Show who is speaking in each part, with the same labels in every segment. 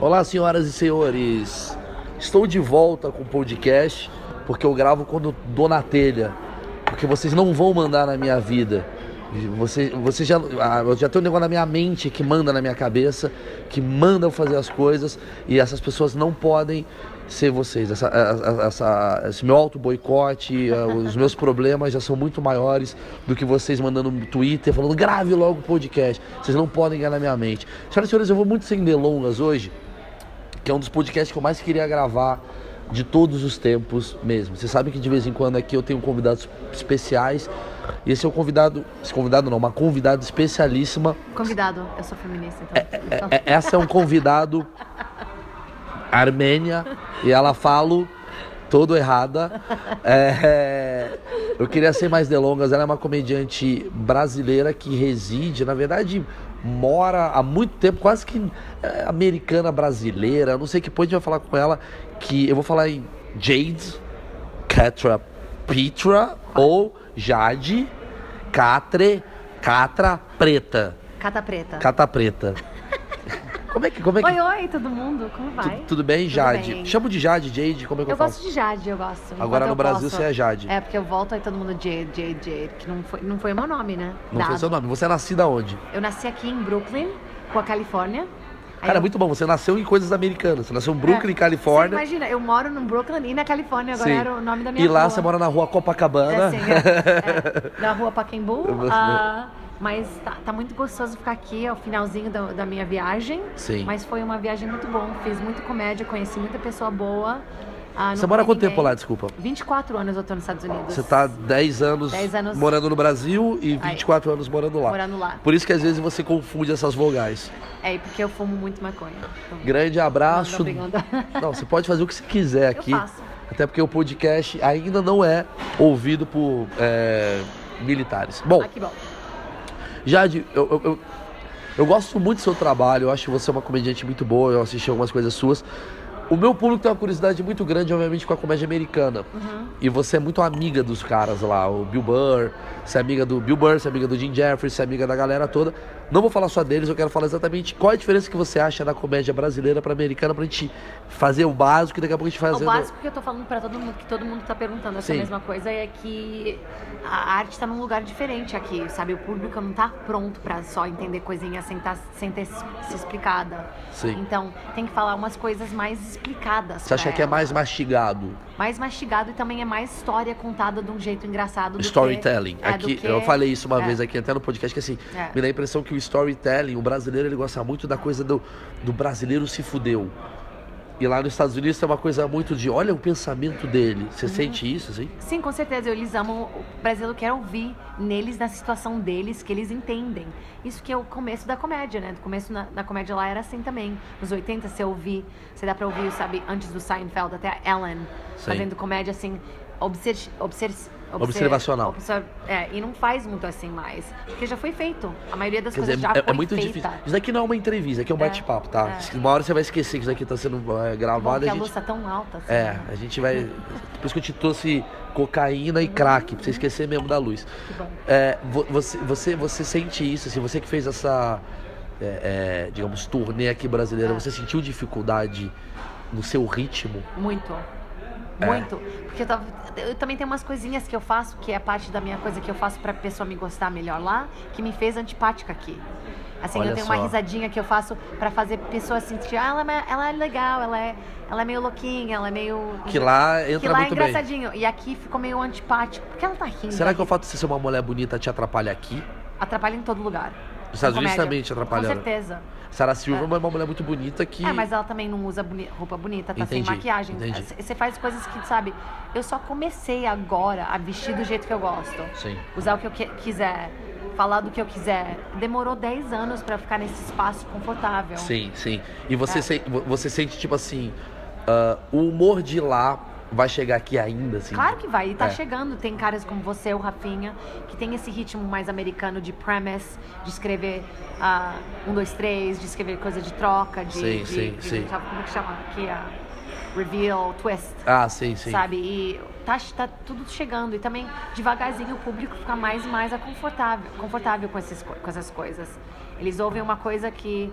Speaker 1: Olá, senhoras e senhores. Estou de volta com o podcast porque eu gravo quando dou na telha. Porque vocês não vão mandar na minha vida. Você, você já, ah, eu já tem um negócio na minha mente que manda na minha cabeça, que manda eu fazer as coisas e essas pessoas não podem ser vocês. Essa, a- a- essa- esse meu auto boicote, ah, os meus problemas já são muito maiores do que vocês mandando no Twitter falando grave logo o podcast. Vocês não podem ganhar na minha mente. Senhoras e senhores, eu vou muito sem delongas hoje que é um dos podcasts que eu mais queria gravar de todos os tempos mesmo. Vocês sabem que de vez em quando aqui eu tenho convidados especiais. E esse é um convidado, esse convidado não, uma convidada especialíssima.
Speaker 2: Convidado, eu sou feminista, então. então.
Speaker 1: É- Essa é um convidado armênia e ela fala todo errada. É, eu queria ser mais delongas. Ela é uma comediante brasileira que reside, na verdade, mora há muito tempo, quase que é, americana brasileira. Não sei que ponto a gente vai falar com ela. Que eu vou falar em Jade, Catra Petra ou Jade, Catre, Catra Preta.
Speaker 2: Cata preta.
Speaker 1: é. Cata Preta. Como é que. Como é que
Speaker 2: Oi, oi, todo mundo, como
Speaker 1: tu-
Speaker 2: vai?
Speaker 1: tudo bem, Jade?
Speaker 2: bem.
Speaker 1: Chamo de Jade, Jade, como é que eu,
Speaker 2: Eu
Speaker 1: faço?
Speaker 2: gosto de Jade, eu gosto. Enquanto
Speaker 1: Agora no
Speaker 2: eu
Speaker 1: Brasil
Speaker 2: posso-
Speaker 1: você é Jade.
Speaker 2: É, porque eu volto aí todo mundo Jade, Jade, Jade, que não foi, não foi o meu nome, né?
Speaker 1: Não
Speaker 2: Dado.
Speaker 1: foi seu nome. Você é nascida onde?
Speaker 2: Eu nasci aqui em Brooklyn, com a Califórnia. Aí
Speaker 1: Cara,
Speaker 2: eu- É,
Speaker 1: é muito bom. Você nasceu em coisas americanas. Você nasceu em Brooklyn,
Speaker 2: Você
Speaker 1: Califórnia.
Speaker 2: imagina, eu moro no Brooklyn e na Califórnia, agora
Speaker 1: Sim.
Speaker 2: era o nome da minha
Speaker 1: E lá
Speaker 2: rua.
Speaker 1: você mora na rua
Speaker 2: É
Speaker 1: Copacabana.
Speaker 2: assim, é, é, na rua Pacaembu.
Speaker 1: Eu vou-
Speaker 2: ah, mas tá, tá muito gostoso ficar aqui, é o finalzinho da, da minha viagem.
Speaker 1: Sim.
Speaker 2: Mas foi uma viagem muito bom, fiz muito comédia, conheci muita pessoa boa. ah, não
Speaker 1: Você mora há
Speaker 2: conheci
Speaker 1: quanto tempo
Speaker 2: ninguém.
Speaker 1: lá, desculpa?
Speaker 2: 24 anos eu tô nos Estados Unidos.
Speaker 1: Você tá 10 anos,
Speaker 2: 10 anos-
Speaker 1: morando no Brasil e
Speaker 2: Ai.
Speaker 1: 24 anos morando lá.
Speaker 2: morando lá.
Speaker 1: Por isso que às vezes você confunde essas vogais.
Speaker 2: É, e porque eu fumo muito maconha. Então,
Speaker 1: Grande abraço.
Speaker 2: não dá pra brigar.
Speaker 1: Não, você pode fazer o que você quiser aqui.
Speaker 2: Eu faço.
Speaker 1: Até porque o podcast ainda não é ouvido por é, militares. Bom,
Speaker 2: Ah, que bom.
Speaker 1: Jade, eu, eu, eu, eu gosto muito do seu trabalho, eu acho que você é uma comediante muito boa, eu assisti algumas coisas suas. O meu público tem uma curiosidade muito grande, obviamente, com a comédia americana.
Speaker 2: Uhum.
Speaker 1: E você é muito amiga dos caras lá, o Bill Burr, você é amiga do Bill Burr, você é amiga do Jim Jeffries, você é amiga da galera toda. Não vou falar só deles, eu quero falar exatamente qual é a diferença que você acha da comédia brasileira pra americana pra gente fazer o básico e daqui a pouco a gente faz
Speaker 2: O básico que eu tô falando pra todo mundo, que todo mundo tá perguntando essa
Speaker 1: Sim.
Speaker 2: mesma coisa, é que a arte tá num lugar diferente aqui, sabe? O público não tá pronto pra só entender coisinha sem, tá, sem ter se se explicada.
Speaker 1: Sim.
Speaker 2: Então, tem que falar umas coisas mais explicadas.
Speaker 1: Você acha
Speaker 2: pra
Speaker 1: que é
Speaker 2: ela.
Speaker 1: mais mastigado?
Speaker 2: mais mastigado e também é mais história contada de um jeito engraçado do que-
Speaker 1: Storytelling.
Speaker 2: é, do
Speaker 1: aqui,
Speaker 2: que-
Speaker 1: eu falei isso uma
Speaker 2: é.
Speaker 1: vez aqui até no podcast, que assim,
Speaker 2: É.
Speaker 1: me dá a impressão que o storytelling, o brasileiro, ele gosta muito da coisa do, do brasileiro se fudeu. E lá nos Estados Unidos é uma coisa muito de olha o pensamento dele. Você
Speaker 2: Uhum.
Speaker 1: sente isso, assim?
Speaker 2: Sim, com certeza. Eles amam o brasileiro, quer ouvir neles, na situação deles, que eles entendem. Isso que é o começo da comédia, né? O começo na, da comédia lá era assim também. Nos 80, você ouvir, você dá pra ouvir, sabe, antes do Seinfeld, até a Ellen
Speaker 1: Sim.
Speaker 2: fazendo comédia assim, obser, obser, obser-
Speaker 1: Observacional.
Speaker 2: obser- é, e não faz muito assim mais. Porque já foi feito. A maioria das
Speaker 1: Quer
Speaker 2: coisas
Speaker 1: dizer,
Speaker 2: já
Speaker 1: é, é
Speaker 2: foi
Speaker 1: muito
Speaker 2: feita.
Speaker 1: difícil. Isso daqui não é uma entrevista, aqui é um
Speaker 2: É.
Speaker 1: bate-papo, tá? Uma hora você vai esquecer que isso daqui tá sendo é,
Speaker 2: Bom,
Speaker 1: gravado.
Speaker 2: que
Speaker 1: e
Speaker 2: a
Speaker 1: a gente...
Speaker 2: luz tá tão alta assim.
Speaker 1: É,
Speaker 2: né?
Speaker 1: a gente vai. Por isso que eu te trouxe cocaína e crack, pra você esquecer mesmo da luz.
Speaker 2: Que bom.
Speaker 1: É, vo- você, você, você sente isso, assim, você que fez essa, é, é, digamos, turnê aqui brasileira,
Speaker 2: Ah.
Speaker 1: você sentiu dificuldade no seu ritmo?
Speaker 2: Muito.
Speaker 1: É.
Speaker 2: Muito. Porque eu, tava- eu também tenho umas coisinhas que eu faço, que é parte da minha coisa que eu faço pra pessoa me gostar melhor lá, que me fez antipática aqui. Assim,
Speaker 1: Olha
Speaker 2: eu tenho
Speaker 1: só.
Speaker 2: uma risadinha que eu faço pra fazer pessoa sentir, ah, ela, é me- ela é legal, ela é, ela é meio louquinha, ela é meio.
Speaker 1: Que lá
Speaker 2: Que
Speaker 1: entra
Speaker 2: lá é
Speaker 1: muito bem.
Speaker 2: engraçadinho. E aqui ficou meio antipático. Porque ela tá rindo.
Speaker 1: Será que o
Speaker 2: aqui.
Speaker 1: fato de você ser uma mulher bonita te atrapalha aqui?
Speaker 2: Atrapalha em todo lugar.
Speaker 1: Os Estados
Speaker 2: Com
Speaker 1: Unidos
Speaker 2: comédia.
Speaker 1: também te né?
Speaker 2: Com
Speaker 1: atrapalharam.
Speaker 2: certeza.
Speaker 1: Sarah Silva é uma mulher muito bonita que.
Speaker 2: É, mas ela também não usa boni- roupa bonita, tá
Speaker 1: Entendi,
Speaker 2: sem maquiagem.
Speaker 1: entendi.
Speaker 2: Você faz coisas que, sabe, eu só comecei agora a vestir do jeito que eu gosto.
Speaker 1: Sim.
Speaker 2: Usar o que eu que- quiser. falar do que eu quiser. Demorou 10 anos pra ficar nesse espaço confortável.
Speaker 1: Sim, sim. E
Speaker 2: É.
Speaker 1: você, se- vo- você sente, tipo assim, ah, o humor de lá vai chegar aqui ainda, assim?
Speaker 2: Claro que vai, e tá
Speaker 1: É.
Speaker 2: chegando. Tem caras como você, o Rafinha, que tem esse ritmo mais americano de premise, de escrever ah, um, dois, três, de escrever coisa de troca, de.
Speaker 1: Sim,
Speaker 2: de-
Speaker 1: sim,
Speaker 2: de-
Speaker 1: sim.
Speaker 2: sabe como que chama aqui? a reveal, twist.
Speaker 1: Ah, sim, sim.
Speaker 2: Sabe? E tá, tá tudo chegando. E também, devagarzinho, o público fica mais e mais confortável, confortável com, esses, co- com essas coisas. Eles ouvem uma coisa que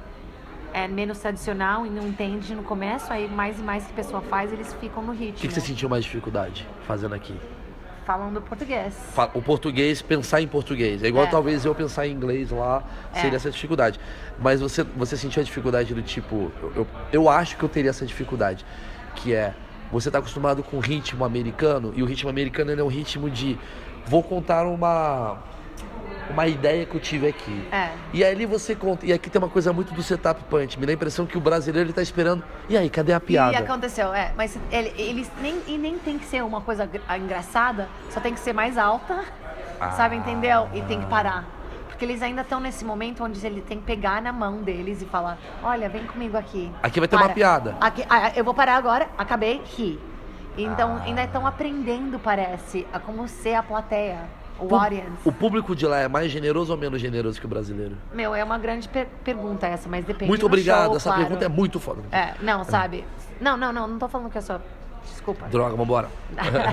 Speaker 2: é menos tradicional e não entende no começo, aí mais e mais que a pessoa faz, eles ficam no ritmo.
Speaker 1: O que, que você sentiu mais dificuldade fazendo aqui?
Speaker 2: Falando português.
Speaker 1: Fa- O português, pensar em português. É igual
Speaker 2: É.
Speaker 1: talvez eu pensar em inglês lá,
Speaker 2: É.
Speaker 1: seria essa dificuldade. Mas você, você sentiu a dificuldade do tipo, eu, eu, eu acho que eu teria essa dificuldade, que é você tá acostumado com o ritmo americano, e o ritmo americano ele é um ritmo de vou contar uma, uma ideia que eu tive aqui.
Speaker 2: É.
Speaker 1: E ali você conta. E aqui tem uma coisa muito do setup punch. Me dá a impressão que o brasileiro ele tá esperando. E aí, cadê a
Speaker 2: E
Speaker 1: piada?
Speaker 2: aconteceu, é. Mas ele- eles nem, e nem tem que ser uma coisa gr- ah, engraçada, só tem que ser mais alta,
Speaker 1: Ah.
Speaker 2: sabe, entendeu? E tem que parar. Porque eles ainda estão nesse momento onde ele tem que pegar na mão deles e falar: olha, vem comigo aqui.
Speaker 1: Aqui vai ter uma
Speaker 2: Para.
Speaker 1: piada.
Speaker 2: Aqui- ah, eu vou parar agora, acabei, ri. Então,
Speaker 1: Ah.
Speaker 2: ainda estão aprendendo, parece, a como ser a plateia, o
Speaker 1: Pu-
Speaker 2: audience.
Speaker 1: O público de lá é mais generoso ou menos generoso que o brasileiro?
Speaker 2: Meu, é uma grande per- pergunta essa, mas depende
Speaker 1: muito
Speaker 2: do
Speaker 1: obrigado.
Speaker 2: show,
Speaker 1: Essa
Speaker 2: claro.
Speaker 1: pergunta é muito foda.
Speaker 2: É, não, sabe? Não, não, não, não tô falando que eu sou. Desculpa.
Speaker 1: Droga, vambora.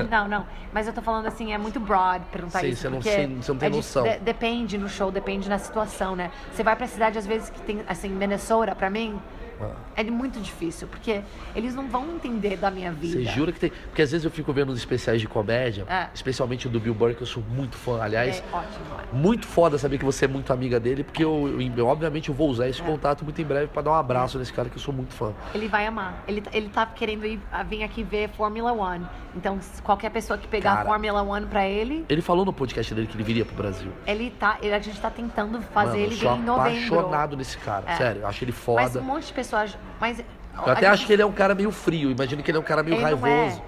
Speaker 2: não, não. Mas eu tô falando assim, é muito broad perguntar
Speaker 1: Sim,
Speaker 2: isso.
Speaker 1: você não-
Speaker 2: porque
Speaker 1: sim, você não tem
Speaker 2: é de-
Speaker 1: noção.
Speaker 2: de- depende no show, depende na situação, né? Você vai pra cidade, às vezes, que tem, assim, Minnesota, pra mim,
Speaker 1: Ah.
Speaker 2: é muito difícil, porque eles não vão entender da minha vida.
Speaker 1: Você jura que tem. Porque às vezes eu fico vendo os especiais de comédia,
Speaker 2: É.
Speaker 1: especialmente o do Bill Burr, que eu sou muito fã, aliás.
Speaker 2: É ótimo. é.
Speaker 1: Muito foda saber que você é muito amiga dele, porque eu, eu- obviamente eu vou usar
Speaker 2: É.
Speaker 1: esse contato muito em breve pra dar um abraço nesse cara que eu sou muito fã.
Speaker 2: Ele vai amar. Ele, tá- ele tá querendo ir, a- vir aqui ver Fórmula One. Então, se qualquer pessoa que pegar
Speaker 1: Cara.
Speaker 2: a Fórmula One pra ele,
Speaker 1: Ele falou no podcast dele que ele viria pro Brasil.
Speaker 2: ele tá. ele- a gente tá tentando fazer
Speaker 1: Mano,
Speaker 2: ele
Speaker 1: eu
Speaker 2: vir
Speaker 1: sou
Speaker 2: em novembro. É.
Speaker 1: apaixonado nesse cara, sério. Eu acho ele
Speaker 2: Mas um
Speaker 1: foda.
Speaker 2: monte de pessoas. Mas.
Speaker 1: eu até acho que ele é um cara meio frio. Imagino que ele é um cara meio
Speaker 2: Ele não é.
Speaker 1: raivoso.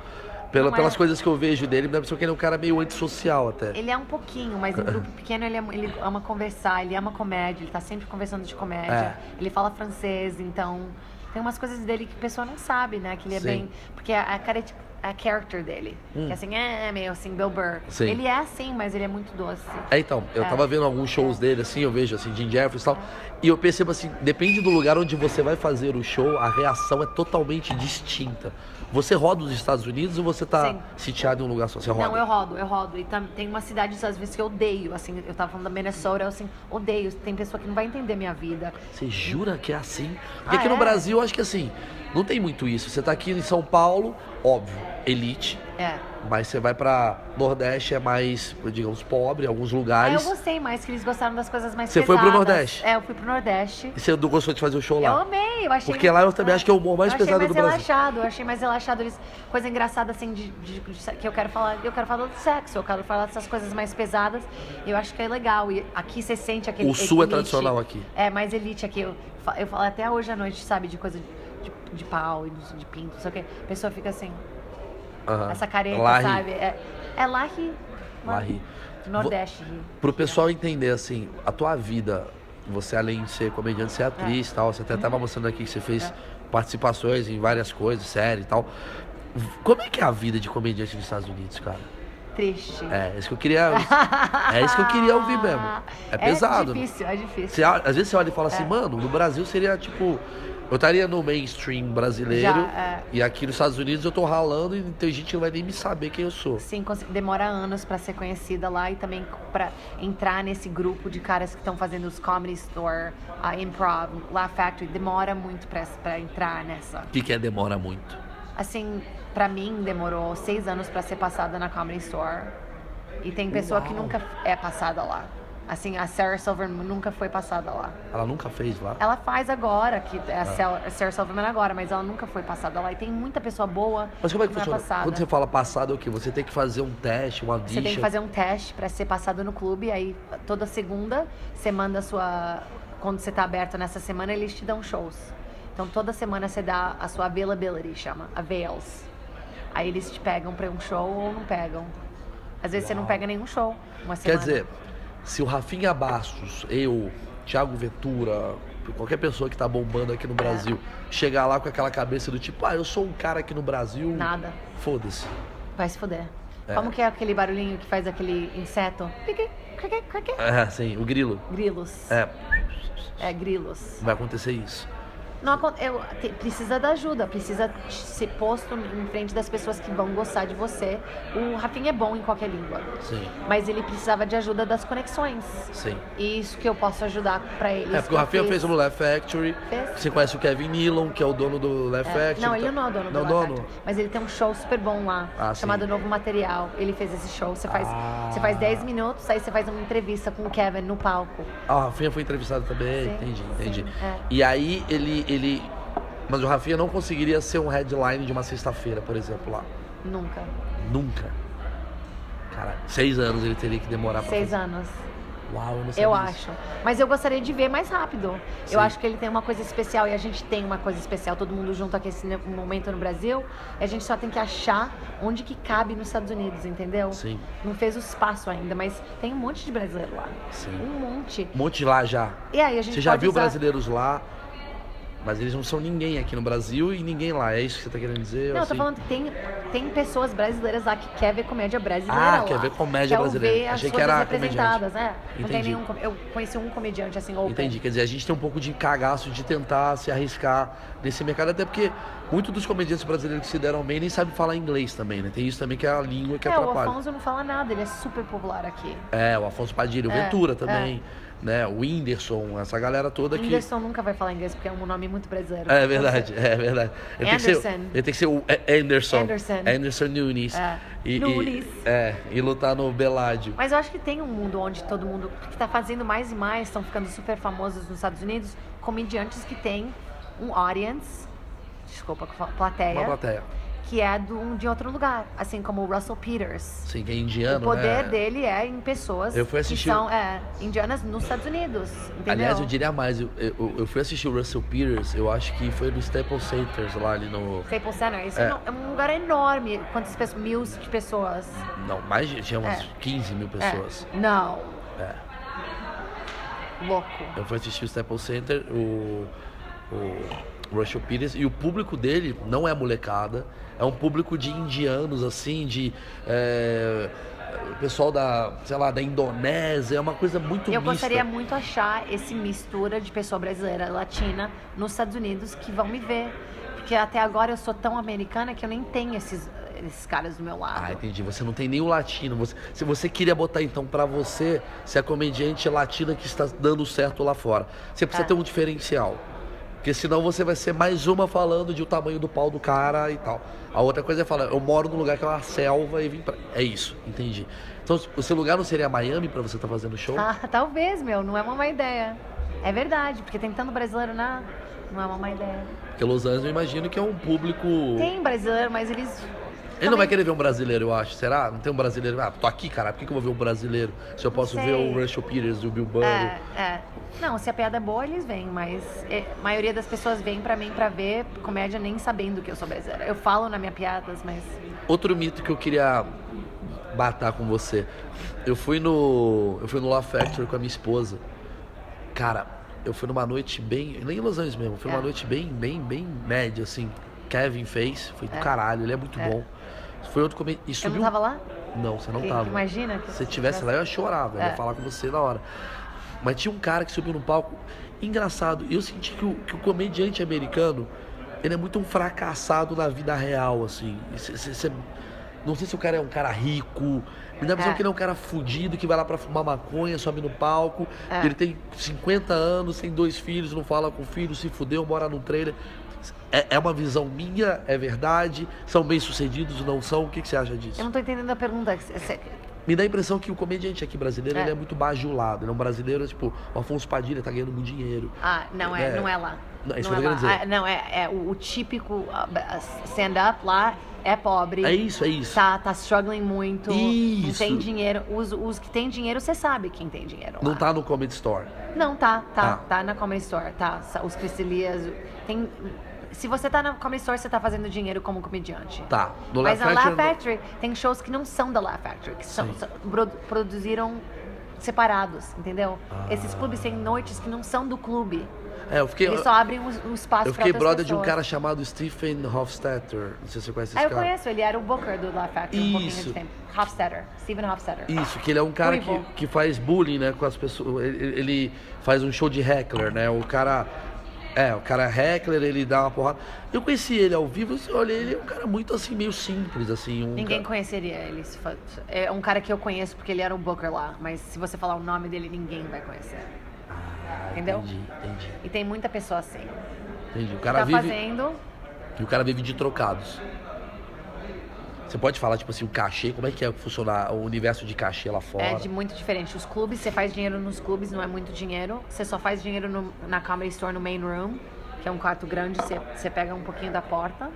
Speaker 1: Pela-
Speaker 2: Não é.
Speaker 1: pelas coisas que eu vejo dele, me dá a impressão que ele é um cara meio antissocial até.
Speaker 2: Ele é um pouquinho, mas em grupo pequeno ele, ama- ele ama conversar, ele ama comédia, ele tá sempre conversando de
Speaker 1: É.
Speaker 2: comédia. Ele fala francês, então tem umas coisas dele que a pessoa não sabe, né? Que ele é
Speaker 1: Sim. Hum.
Speaker 2: bem. Porque a, a, cara- a character dele, que é assim, é meio assim, Bill Burr.
Speaker 1: Sim.
Speaker 2: Ele é assim, mas ele é muito doce.
Speaker 1: É, então, eu
Speaker 2: É.
Speaker 1: tava vendo alguns shows dele, assim, eu vejo, assim, Jim Jeffries e tal, e eu percebo, assim, depende do lugar onde você vai fazer o show, a reação é totalmente distinta. Você roda os Estados Unidos ou você tá
Speaker 2: Sim.
Speaker 1: sitiado em um lugar só? Você roda?
Speaker 2: Não, eu rodo, eu rodo. E tam- tem umas cidades, às vezes, que eu odeio. Assim, eu tava falando da Minnesota, eu assim, odeio. Tem pessoa que não vai entender minha vida.
Speaker 1: Você jura que é assim? Porque
Speaker 2: Ah,
Speaker 1: aqui no
Speaker 2: é?
Speaker 1: Brasil, eu acho que, assim, não tem muito isso. Você tá aqui em São Paulo, óbvio, elite,
Speaker 2: É.
Speaker 1: mas você vai pra Nordeste, é mais, digamos, pobre, em alguns
Speaker 2: Aí Ah, eu
Speaker 1: lugares.
Speaker 2: gostei mais, que eles gostaram das coisas mais
Speaker 1: Você foi pro
Speaker 2: pesadas.
Speaker 1: Nordeste?
Speaker 2: É, eu fui pro Nordeste.
Speaker 1: E você não gostou de fazer o show
Speaker 2: Eu
Speaker 1: lá?
Speaker 2: amei, eu achei. Ah,
Speaker 1: Porque lá eu também acho que é o humor mais
Speaker 2: eu achei
Speaker 1: pesado
Speaker 2: mais
Speaker 1: do Brasil.
Speaker 2: relaxado, eu achei mais relaxado. Eles, coisa engraçada assim de, de- de- que eu quero falar, eu quero falar do sexo, eu quero falar dessas coisas mais pesadas. Eu acho que é legal e aqui você sente aquele.
Speaker 1: O Sul é
Speaker 2: elite.
Speaker 1: tradicional aqui.
Speaker 2: É mais elite aqui. Eu, fa- eu falo até hoje à noite, sabe, de coisa de, de pau e de, de pinto, não sei o quê. A pessoa fica assim,
Speaker 1: Aham.
Speaker 2: essa careta,
Speaker 1: Ah. Lá ri.
Speaker 2: sabe? É, é lá ri.
Speaker 1: Lá
Speaker 2: mano.
Speaker 1: ri.
Speaker 2: Nordeste ri.
Speaker 1: Pro pessoal entender, assim, a tua vida, você além de ser comediante, você é atriz e tal, você
Speaker 2: Uhum.
Speaker 1: até tava mostrando aqui que você fez
Speaker 2: É.
Speaker 1: participações em várias coisas, série e tal. V- Como é que é a vida de comediante nos Estados Unidos, cara?
Speaker 2: Triste.
Speaker 1: É, isso que eu queria. é isso que eu queria ouvir mesmo. É pesado.
Speaker 2: É
Speaker 1: né?
Speaker 2: difícil, é difícil.
Speaker 1: Você, a- às vezes você olha e fala
Speaker 2: É.
Speaker 1: assim, mano, no Brasil seria tipo. Eu estaria no mainstream brasileiro
Speaker 2: Já, é.
Speaker 1: e aqui nos Estados Unidos eu tô ralando e tem gente que não vai nem me saber quem eu sou.
Speaker 2: Sim, cons- demora anos pra ser conhecida lá e também pra entrar nesse grupo de caras que estão fazendo os comedy store, a improv, La Factory, demora muito pra, pra entrar nessa.
Speaker 1: O que, que é demora muito?
Speaker 2: Assim, pra mim demorou seis anos pra ser passada na comedy store e tem pessoa que
Speaker 1: Uau.
Speaker 2: nunca é passada lá. Assim, a Sarah Silverman nunca foi passada lá.
Speaker 1: Ela nunca fez lá.
Speaker 2: Ela faz agora, que é a Sel- a
Speaker 1: Ah.
Speaker 2: Sarah Silverman agora, mas ela nunca foi passada lá. E tem muita pessoa boa
Speaker 1: Mas como é que
Speaker 2: não
Speaker 1: funciona?
Speaker 2: passada.
Speaker 1: Quando você fala passado é o quê? Você tem que fazer um teste, uma
Speaker 2: Você
Speaker 1: audition?
Speaker 2: tem que fazer um teste pra ser passado no clube, aí toda segunda você manda a sua. Quando você tá aberto nessa semana, eles te dão shows. Então toda semana você dá a sua availability, chama, avails. Aí eles te pegam pra um show ou não pegam. Às vezes você não pega nenhum show. Uma
Speaker 1: Quer
Speaker 2: semana.
Speaker 1: dizer, se o Rafinha Bastos, eu, Thiago Ventura, qualquer pessoa que tá bombando
Speaker 2: É.
Speaker 1: aqui no Brasil, chegar lá com aquela cabeça do tipo, ah, eu sou um cara aqui no Brasil.
Speaker 2: Nada.
Speaker 1: Foda-se.
Speaker 2: Vai se fuder.
Speaker 1: É.
Speaker 2: Como que é aquele barulhinho que faz aquele inseto? Criqui, criqui, criqui.
Speaker 1: É, sim, o grilo.
Speaker 2: Grilos.
Speaker 1: É,
Speaker 2: É, grilos.
Speaker 1: vai acontecer isso.
Speaker 2: Não, acon- eu, te- precisa da ajuda, precisa t- ser posto em frente das pessoas que vão gostar de você. O Rafinha é bom em qualquer língua,
Speaker 1: Sim,
Speaker 2: mas ele precisava de ajuda das conexões.
Speaker 1: sim.
Speaker 2: E isso que eu posso ajudar pra
Speaker 1: É,
Speaker 2: ele. isso
Speaker 1: porque
Speaker 2: que
Speaker 1: o
Speaker 2: eu
Speaker 1: Rafinha
Speaker 2: fiz.
Speaker 1: fez o Left Factory.
Speaker 2: Fez.
Speaker 1: Você conhece o Kevin Nealon, que é o dono do Left Factory.
Speaker 2: Não, ele
Speaker 1: então-
Speaker 2: não é o dono
Speaker 1: Não,
Speaker 2: do
Speaker 1: dono?
Speaker 2: Lagarto, Mas ele tem um show super bom lá,
Speaker 1: Ah,
Speaker 2: chamado
Speaker 1: sim.
Speaker 2: Novo Material. Ele fez esse show. Você faz,
Speaker 1: Ah.
Speaker 2: você faz 10 minutos, aí você faz uma entrevista com o Kevin no palco.
Speaker 1: Ah, o Rafinha foi entrevistado também,
Speaker 2: Sim,
Speaker 1: entendi,
Speaker 2: sim,
Speaker 1: entendi.
Speaker 2: é.
Speaker 1: E aí ele, ele. Mas o Rafinha não conseguiria ser um headline de uma sexta-feira, por exemplo, lá.
Speaker 2: Nunca.
Speaker 1: Nunca. Cara, seis anos ele teria que demorar pra
Speaker 2: Seis
Speaker 1: fazer.
Speaker 2: anos,
Speaker 1: Uau, eu não sabia
Speaker 2: eu
Speaker 1: disso.
Speaker 2: acho. Mas eu gostaria de ver mais rápido.
Speaker 1: Sim.
Speaker 2: Eu acho que ele tem uma coisa especial e a gente tem uma coisa especial, todo mundo junto aqui nesse momento no Brasil. A gente só tem que achar onde que cabe nos Estados Unidos, entendeu?
Speaker 1: Sim,
Speaker 2: Não fez o espaço ainda, mas tem um monte de brasileiro lá. Um
Speaker 1: sim.
Speaker 2: monte.
Speaker 1: Um monte lá já.
Speaker 2: E aí a gente
Speaker 1: Você já
Speaker 2: pode
Speaker 1: viu
Speaker 2: usar-
Speaker 1: brasileiros lá, mas eles não são ninguém aqui no Brasil e ninguém lá. É isso que você tá querendo dizer?
Speaker 2: Não, eu
Speaker 1: assim?
Speaker 2: tô falando que tem, tem pessoas brasileiras lá que quer ver comédia brasileira.
Speaker 1: Ah,
Speaker 2: lá.
Speaker 1: quer ver comédia
Speaker 2: Quer
Speaker 1: brasileira.
Speaker 2: ver as
Speaker 1: Achei que
Speaker 2: coisas
Speaker 1: era
Speaker 2: representadas, né? Não tem
Speaker 1: Entendi.
Speaker 2: nenhum. com- Eu conheci um comediante assim, open.
Speaker 1: Entendi. Quer dizer, a gente tem um pouco de cagaço de tentar se arriscar nesse mercado, até porque muitos dos comediantes brasileiros que se deram bem nem sabem falar inglês também, né? Tem isso também que é a língua que
Speaker 2: é, o
Speaker 1: atrapalha.
Speaker 2: Afonso não fala nada, ele é super popular aqui.
Speaker 1: É, o Afonso Padilha, o
Speaker 2: É,
Speaker 1: Ventura também, né? O Whindersson, essa galera toda
Speaker 2: O
Speaker 1: que.
Speaker 2: Anderson nunca vai falar inglês porque é um nome muito brasileiro.
Speaker 1: É verdade, é verdade. Ele Tem que
Speaker 2: Anderson.
Speaker 1: ser, ele tem que ser o A- Anderson.
Speaker 2: Anderson.
Speaker 1: Anderson Nunes.
Speaker 2: É.
Speaker 1: E, e-
Speaker 2: Nunes.
Speaker 1: é, e lutar no Beládio.
Speaker 2: Mas eu acho que tem um mundo onde todo mundo que tá fazendo mais e mais, estão ficando super famosos nos Estados Unidos, comediantes que têm um audience, desculpa, plateia,
Speaker 1: Uma plateia.
Speaker 2: que é de um de outro lugar. Assim como o Russell Peters.
Speaker 1: Assim, que é indiano,
Speaker 2: O
Speaker 1: né?
Speaker 2: poder dele é em pessoas
Speaker 1: Eu fui assistir-
Speaker 2: que são é, indianas nos Estados Unidos. Entendeu?
Speaker 1: Aliás, eu diria mais, eu, eu, eu fui assistir o Russell Peters, eu acho que foi no Staples Centers lá ali no.
Speaker 2: Staples Center, isso
Speaker 1: É.
Speaker 2: é. um- é um lugar enorme. Quantas pessoas? Mil de pessoas.
Speaker 1: Não, mais de tinha umas
Speaker 2: É.
Speaker 1: 15 mil
Speaker 2: É.
Speaker 1: pessoas.
Speaker 2: Não.
Speaker 1: É.
Speaker 2: Louco.
Speaker 1: Eu fui assistir o Staples Center, o, o Russell Peters, e o público dele não é molecada, é um público de indianos, assim, de. é, pessoal da, sei lá, da Indonésia, é uma coisa muito
Speaker 2: Eu
Speaker 1: mista.
Speaker 2: gostaria muito achar esse mistura de pessoa brasileira e latina nos Estados Unidos que vão me ver. Porque até agora eu sou tão americana que eu nem tenho esses, esses caras do meu lado.
Speaker 1: Ah, entendi. Você não tem nem o latino. Você- se você queria botar então pra você, se é comediante latina que está dando certo lá fora, você precisa
Speaker 2: É.
Speaker 1: ter um diferencial. Porque senão você vai ser mais uma falando de o tamanho do pau do cara e tal. A outra coisa é falar, eu moro num lugar que é uma selva e vim pra. É isso, entendi. Então, o seu lugar não seria Miami pra você estar fazendo show?
Speaker 2: Ah, talvez, meu, não é uma má ideia. É verdade, porque tem tanto brasileiro na. Não é uma má ideia.
Speaker 1: Porque Los Angeles eu imagino que é um público.
Speaker 2: Tem brasileiro, mas eles.
Speaker 1: Ele não vai querer ver um brasileiro, eu acho. Será? Não tem um brasileiro. Ah, tô aqui, cara. Por que, que eu vou ver um brasileiro? Se eu posso ver
Speaker 2: sei.
Speaker 1: o Russell Peters, o Bill Burr.
Speaker 2: É, é. Não, se a piada é boa, eles vêm, mas é, a maioria das pessoas vem pra mim pra ver comédia nem sabendo que eu sou brasileira. Eu falo na minha piadas, mas.
Speaker 1: Outro mito que eu queria batar com você. Eu fui no. Eu fui no La Factory com a minha esposa. Cara, eu fui numa noite bem. Nem em Los Angeles mesmo, foi uma
Speaker 2: É.
Speaker 1: noite bem, bem, bem média, assim. Kevin fez, foi do
Speaker 2: É.
Speaker 1: caralho, ele é muito
Speaker 2: É.
Speaker 1: bom. Foi outro comer. E
Speaker 2: Eu
Speaker 1: subiu.
Speaker 2: não tava lá?
Speaker 1: Não, você não
Speaker 2: Que-
Speaker 1: tava.
Speaker 2: que imagina que
Speaker 1: Se você
Speaker 2: você
Speaker 1: estivesse
Speaker 2: tivesse-
Speaker 1: lá, eu ia chorar, velho. Eu ia
Speaker 2: É.
Speaker 1: falar com você na hora. Mas tinha um cara que subiu no palco. Engraçado, eu senti que o, que o comediante americano, ele é muito um fracassado na vida real, assim. E cê- cê- cê- não sei se o cara é um cara rico. Me dá a impressão
Speaker 2: É.
Speaker 1: que ele é um cara fudido, que vai lá pra fumar maconha, sobe no palco.
Speaker 2: É.
Speaker 1: Ele tem 50 anos, tem dois filhos, não fala com o filho, se fudeu, mora num trailer. É, é uma visão minha, é verdade? São bem-sucedidos, não são? O que, que você acha disso?
Speaker 2: Eu não tô entendendo a pergunta. é Cê- cê-
Speaker 1: Me dá a impressão que o comediante aqui brasileiro
Speaker 2: É.
Speaker 1: ele é muito bajulado. Ele é um brasileiro, tipo, o Afonso Padilha tá ganhando muito dinheiro.
Speaker 2: Ah, não é,
Speaker 1: É.
Speaker 2: não é lá.
Speaker 1: Não, isso
Speaker 2: não
Speaker 1: que eu tô querendo
Speaker 2: lá.
Speaker 1: dizer.
Speaker 2: Ah, não, é, é o, o típico ah, b- ah, stand-up lá é pobre.
Speaker 1: É isso, é isso.
Speaker 2: Tá, tá struggling muito. Não
Speaker 1: Isso.
Speaker 2: tem dinheiro. Os, os que tem dinheiro, você sabe quem tem dinheiro.
Speaker 1: Não
Speaker 2: lá.
Speaker 1: tá no Comedy Store.
Speaker 2: Não, tá, tá,
Speaker 1: Ah.
Speaker 2: tá na Comedy Store, tá. Sa- Os Cristelias. Tem. Se você tá na Comedy Store, você tá fazendo dinheiro como comediante.
Speaker 1: Tá. No
Speaker 2: Mas
Speaker 1: Laugh
Speaker 2: a Laugh
Speaker 1: Factory,
Speaker 2: Factory tem shows que não são da Laugh Factory, que são,
Speaker 1: Sim.
Speaker 2: são- produ- produziram separados, entendeu?
Speaker 1: Ah.
Speaker 2: Esses clubes têm noites que não são do clube.
Speaker 1: É, eu fiquei,
Speaker 2: Eles só abrem um, um espaço
Speaker 1: eu fiquei
Speaker 2: pra outras
Speaker 1: brother de um
Speaker 2: pessoas.
Speaker 1: cara chamado Stephen Hofstadter. Não sei se você conhece
Speaker 2: Ah,
Speaker 1: esse
Speaker 2: eu
Speaker 1: cara.
Speaker 2: conheço, ele era o Booker do Laugh Factory um pouquinho
Speaker 1: Isso.
Speaker 2: de tempo. Hofstadter, Steven Hofstadter.
Speaker 1: Isso, que ele é um cara que,
Speaker 2: Horrível.
Speaker 1: que faz bullying, né, com as pessoas. Ele, ele- ele faz um show de heckler, né? O cara. É, o cara é heckler, ele dá uma porrada. Eu conheci ele ao vivo, eu olhei, ele é um cara muito assim, meio simples, assim. Um
Speaker 2: Ninguém
Speaker 1: cara...
Speaker 2: conheceria ele. se fosse- É um cara que eu conheço porque ele era o Booker lá, mas se você falar o nome dele, ninguém vai conhecer. Entendeu?
Speaker 1: Ah, Entendi, entendi,
Speaker 2: E tem muita pessoa assim.
Speaker 1: entendi. O cara
Speaker 2: tá
Speaker 1: vive.
Speaker 2: fazendo.
Speaker 1: E o cara vive de trocados. Você pode falar, tipo assim, o cachê, como é que é funcionar o universo de cachê lá fora?
Speaker 2: É de muito diferente. Os clubes, você faz dinheiro nos clubes, não é muito dinheiro. Você só faz dinheiro no- na Comedy Store, no main room, que é um quarto grande, você, você pega um pouquinho da porta.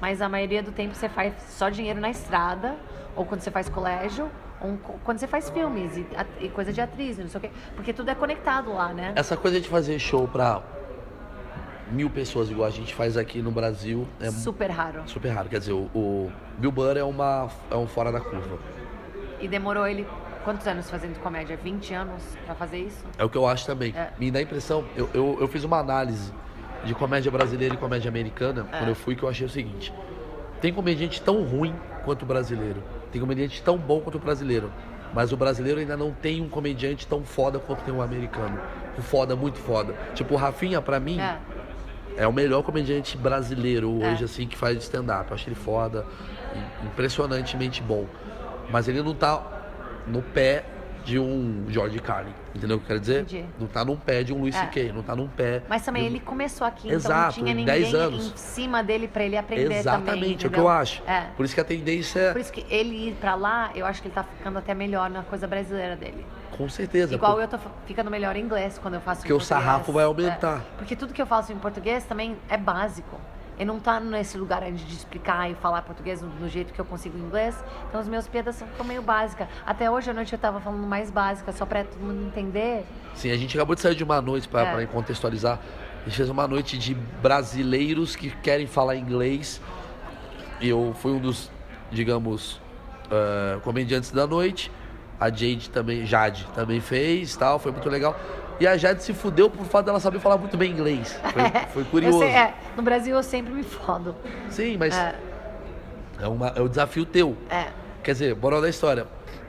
Speaker 2: Mas a maioria do tempo você faz só dinheiro na estrada, ou quando você faz colégio, ou um- quando você faz filmes e, a- e coisa de atriz, não sei o quê. Porque tudo é conectado lá, né?
Speaker 1: Essa coisa de fazer show pra mil pessoas, igual a gente faz aqui no Brasil, é
Speaker 2: Super raro.
Speaker 1: super raro. Quer dizer, o, o Bill Burr é, uma, é um fora da curva.
Speaker 2: E demorou ele quantos anos fazendo comédia? 20 anos pra fazer isso?
Speaker 1: É o que eu acho também.
Speaker 2: É.
Speaker 1: Me dá a impressão, eu, eu, eu fiz uma análise de comédia brasileira e comédia americana
Speaker 2: É.
Speaker 1: quando eu fui, que eu achei o seguinte: tem comediante tão ruim quanto o brasileiro, tem comediante tão bom quanto o brasileiro, mas o brasileiro ainda não tem um comediante tão foda quanto tem um americano. Um foda, muito foda. Tipo, o Rafinha, pra mim,
Speaker 2: É.
Speaker 1: é o melhor comediante brasileiro
Speaker 2: É.
Speaker 1: hoje, assim, que faz stand-up. Eu acho ele foda, im- impressionantemente bom. Mas ele não tá no pé de um George Carlin, entendeu o que eu quero dizer?
Speaker 2: Entendi.
Speaker 1: Não tá num pé de um Luis
Speaker 2: É.
Speaker 1: C.K., não tá num pé...
Speaker 2: Mas também
Speaker 1: de um-
Speaker 2: ele começou aqui,
Speaker 1: Exato,
Speaker 2: então não tinha
Speaker 1: em
Speaker 2: ninguém
Speaker 1: 10 anos.
Speaker 2: em cima dele pra ele aprender também.
Speaker 1: Exatamente, é o que
Speaker 2: entendeu?
Speaker 1: eu acho.
Speaker 2: É.
Speaker 1: Por isso que a tendência é...
Speaker 2: Por isso que ele ir pra lá, eu acho que ele tá ficando até melhor na coisa brasileira dele.
Speaker 1: Com certeza.
Speaker 2: Igual
Speaker 1: por-
Speaker 2: eu tô f- ficando melhor em inglês quando eu faço
Speaker 1: Porque
Speaker 2: em
Speaker 1: o sarrafo
Speaker 2: português.
Speaker 1: vai aumentar.
Speaker 2: É. Porque tudo que eu faço em português também é básico. Eu não tá nesse lugar ainda de explicar e falar português no- no jeito que eu consigo em inglês. Então os meus piadas são ficam meio básica. Até hoje à noite eu tava falando mais básica, só pra todo mundo entender.
Speaker 1: Sim, a gente acabou de sair de uma noite para
Speaker 2: É.
Speaker 1: contextualizar. A gente fez uma noite de brasileiros que querem falar inglês. E eu fui um dos, digamos, eh, comediantes da noite. A Jade também, Jade também fez, tal, foi muito legal. E a Jade se fudeu por fato dela saber falar muito bem inglês. Foi, foi curioso.
Speaker 2: Eu sei, é, no Brasil eu sempre me fodo.
Speaker 1: Sim, mas
Speaker 2: É,
Speaker 1: é, uma, é um desafio teu.
Speaker 2: é.
Speaker 1: Quer dizer, moral da história.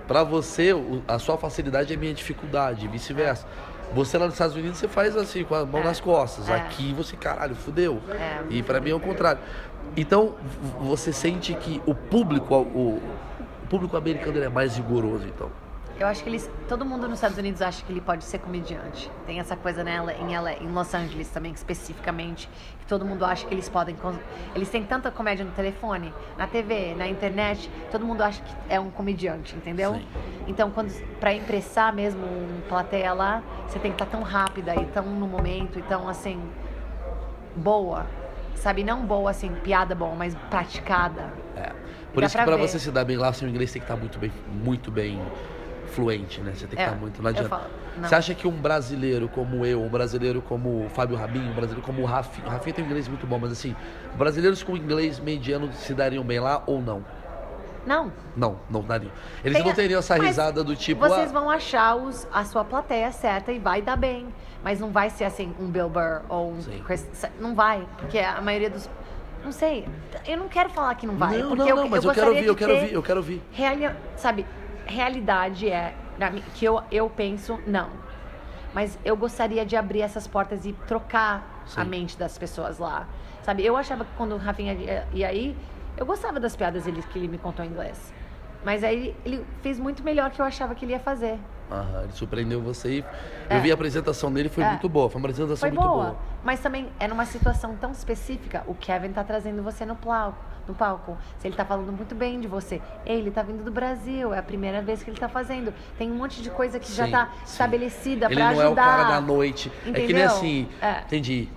Speaker 1: Pra você, o- a sua facilidade é minha dificuldade, vice-versa. Você lá nos Estados Unidos, você faz assim, com a mão
Speaker 2: É.
Speaker 1: nas costas.
Speaker 2: É.
Speaker 1: Aqui você, caralho, fudeu.
Speaker 2: É.
Speaker 1: E pra mim é o contrário. Então, v- você sente que o público, o, o público americano ele é mais rigoroso, então.
Speaker 2: Eu acho que eles. Todo mundo nos Estados Unidos acha que ele pode ser comediante. Tem essa coisa nela, em ela, em Los Angeles também, especificamente, que todo mundo acha que eles podem. cons- Eles têm tanta comédia no telefone, na TV, na internet, todo mundo acha que é um comediante, entendeu?
Speaker 1: Sim.
Speaker 2: Então, quando para impressar mesmo um plateia lá, você tem que estar tão rápida e tão no momento, e tão assim boa, sabe? Não boa assim, piada boa, mas praticada.
Speaker 1: É. Por
Speaker 2: Dá
Speaker 1: isso que
Speaker 2: pra
Speaker 1: pra
Speaker 2: ver.
Speaker 1: você se dar bem lá, seu inglês tem que estar muito bem, muito bem fluente, né? Você tem que
Speaker 2: É,
Speaker 1: estar muito. Não
Speaker 2: eu
Speaker 1: adianta.
Speaker 2: falo- não.
Speaker 1: Você acha que um brasileiro como eu, um brasileiro como o Fábio Rabinho, um brasileiro como o Rafinha. O Rafinha tem um inglês muito bom, mas assim, brasileiros com inglês mediano se dariam bem lá ou não?
Speaker 2: Não,
Speaker 1: Não, não dariam. Eles
Speaker 2: Tem
Speaker 1: não
Speaker 2: a-
Speaker 1: teriam essa
Speaker 2: mas
Speaker 1: risada do tipo.
Speaker 2: Vocês
Speaker 1: ah,
Speaker 2: vão achar os- a sua plateia certa e vai dar bem. Mas não vai ser assim um Bill Burr ou um
Speaker 1: Sim.
Speaker 2: Chris. Não vai, porque a maioria dos. Não sei. Eu não quero falar que não vai.
Speaker 1: não,
Speaker 2: porque
Speaker 1: não,
Speaker 2: eu,
Speaker 1: não, mas eu, quero
Speaker 2: gostaria
Speaker 1: ouvir,
Speaker 2: de
Speaker 1: eu quero
Speaker 2: ter
Speaker 1: ouvir, eu quero ouvir.
Speaker 2: reali- sabe, realidade é na mi- que eu, eu penso não. Mas eu gostaria de abrir essas portas e trocar
Speaker 1: Sim.
Speaker 2: a mente das pessoas lá. Sabe, eu achava que quando o Rafinha ia, ia aí, eu gostava das piadas ele, que ele me contou em inglês. Mas aí ele fez muito melhor que eu achava que ele ia fazer.
Speaker 1: Aham, ele surpreendeu você e. Eu
Speaker 2: É.
Speaker 1: vi a apresentação dele, foi
Speaker 2: É.
Speaker 1: muito boa. Foi uma apresentação
Speaker 2: Foi
Speaker 1: muito
Speaker 2: boa, mas também é numa situação tão específica. O Kevin tá trazendo você no palco, no palco. Se ele tá falando muito bem de você, Ei, ele tá vindo do Brasil, é a primeira vez que ele tá fazendo. Tem um monte de coisa que já
Speaker 1: Sim,
Speaker 2: tá
Speaker 1: sim.
Speaker 2: estabelecida
Speaker 1: Ele
Speaker 2: pra
Speaker 1: não
Speaker 2: ajudar.
Speaker 1: é o cara da noite. É que nem
Speaker 2: Entendeu?
Speaker 1: assim.
Speaker 2: É.
Speaker 1: Entendi.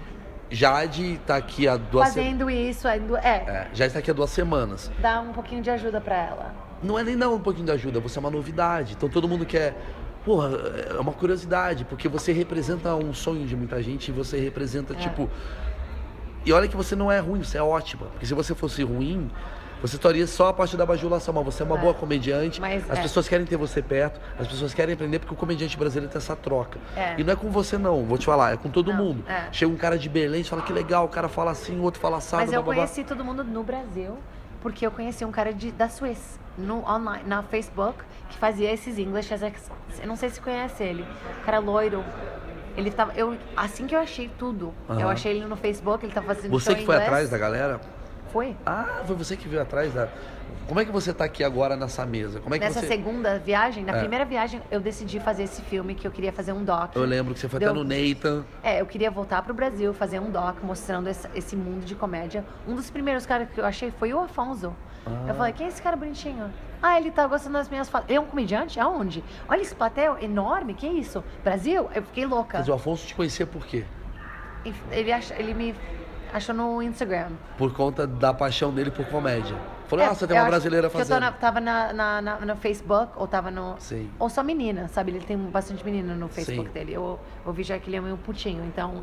Speaker 1: Jade tá aqui há duas semanas.
Speaker 2: Fazendo isso, indo- é,
Speaker 1: É, Jade tá aqui há duas semanas.
Speaker 2: dá um pouquinho de ajuda pra ela.
Speaker 1: Não é nem dar um pouquinho de ajuda, você é uma novidade. Então todo mundo quer. Porra, é uma curiosidade, porque você representa um sonho de muita gente e você é representa, tipo. E olha que você não é ruim, você é ótima. Porque se você fosse ruim, Você estaria só a partir da bajulação, mas você é uma
Speaker 2: É.
Speaker 1: boa comediante.
Speaker 2: Mas,
Speaker 1: as
Speaker 2: é.
Speaker 1: pessoas querem ter você perto, as pessoas querem aprender, porque o comediante brasileiro tem essa troca.
Speaker 2: É.
Speaker 1: E não é com você, não, vou te falar, é com todo
Speaker 2: Não,
Speaker 1: mundo.
Speaker 2: é.
Speaker 1: Chega um cara de Belém e fala que legal, o cara fala assim, o outro fala assado,
Speaker 2: Mas eu
Speaker 1: bababá.
Speaker 2: conheci todo mundo no Brasil, porque eu conheci um cara de, da Suíça, no online, na Facebook, que fazia esses English as ex- Eu não sei se conhece ele. Um cara loiro. Ele tava. Eu, assim que eu achei tudo,
Speaker 1: Aham.
Speaker 2: eu achei ele no Facebook, ele tava fazendo
Speaker 1: Você
Speaker 2: um show
Speaker 1: que
Speaker 2: em
Speaker 1: foi
Speaker 2: inglês.
Speaker 1: atrás da galera?
Speaker 2: Foi?
Speaker 1: Ah, foi você que veio atrás da. Como é que você tá aqui agora nessa mesa? Como é que
Speaker 2: Nessa
Speaker 1: você.
Speaker 2: segunda viagem, na
Speaker 1: É.
Speaker 2: primeira viagem, eu decidi fazer esse filme que eu queria fazer um doc.
Speaker 1: Eu lembro que você foi até
Speaker 2: Deu-
Speaker 1: no Nathan.
Speaker 2: É, eu queria voltar pro Brasil, fazer um doc mostrando esse, esse mundo de comédia. Um dos primeiros caras que eu achei foi o Afonso.
Speaker 1: Ah.
Speaker 2: Eu falei, quem é esse cara bonitinho? Ah, ele tá gostando das minhas fotos. Ele é um comediante? Aonde? Olha esse plateau enorme, que isso? Brasil? Eu fiquei louca.
Speaker 1: Mas o Afonso te conhecia por quê?
Speaker 2: E Ele, acha- ele me achou no Instagram.
Speaker 1: Por conta da paixão dele por comédia. Falou,
Speaker 2: É,
Speaker 1: ah, você tem
Speaker 2: eu
Speaker 1: uma
Speaker 2: acho
Speaker 1: brasileira
Speaker 2: que eu tô
Speaker 1: fazendo.
Speaker 2: na- tava na, na- na- no Facebook, ou tava no.
Speaker 1: Sim.
Speaker 2: Ou só menina, sabe? Ele tem bastante menina no Facebook
Speaker 1: Sim. Ah.
Speaker 2: dele. Eu ouvi já que ele é meio putinho, então.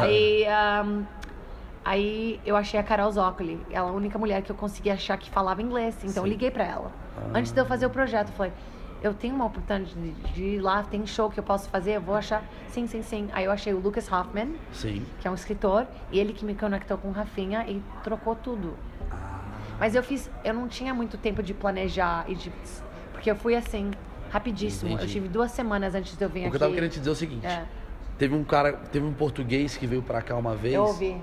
Speaker 2: aí. ahm, aí eu achei a Carol Zócoli. Ela é a única mulher que eu consegui achar que falava inglês. Então eu
Speaker 1: Sim. Ah.
Speaker 2: liguei pra ela. Antes de eu fazer o projeto, eu falei. Eu tenho uma oportunidade de, de ir lá, tem show que eu posso fazer, eu vou achar. Sim, sim, sim. Aí eu achei o Lucas Hoffman,
Speaker 1: Sim.
Speaker 2: que é um escritor, e ele que me conectou com o Rafinha e trocou tudo.
Speaker 1: Ah.
Speaker 2: Mas eu fiz, eu não tinha muito tempo de planejar e de porque eu fui assim rapidíssimo. Eu
Speaker 1: Entendi.
Speaker 2: tive duas semanas antes de eu vir
Speaker 1: O que eu
Speaker 2: aqui.
Speaker 1: tava querendo te dizer é o seguinte:
Speaker 2: É.
Speaker 1: teve um cara, teve um português que veio pra cá uma vez.
Speaker 2: Eu ouvi.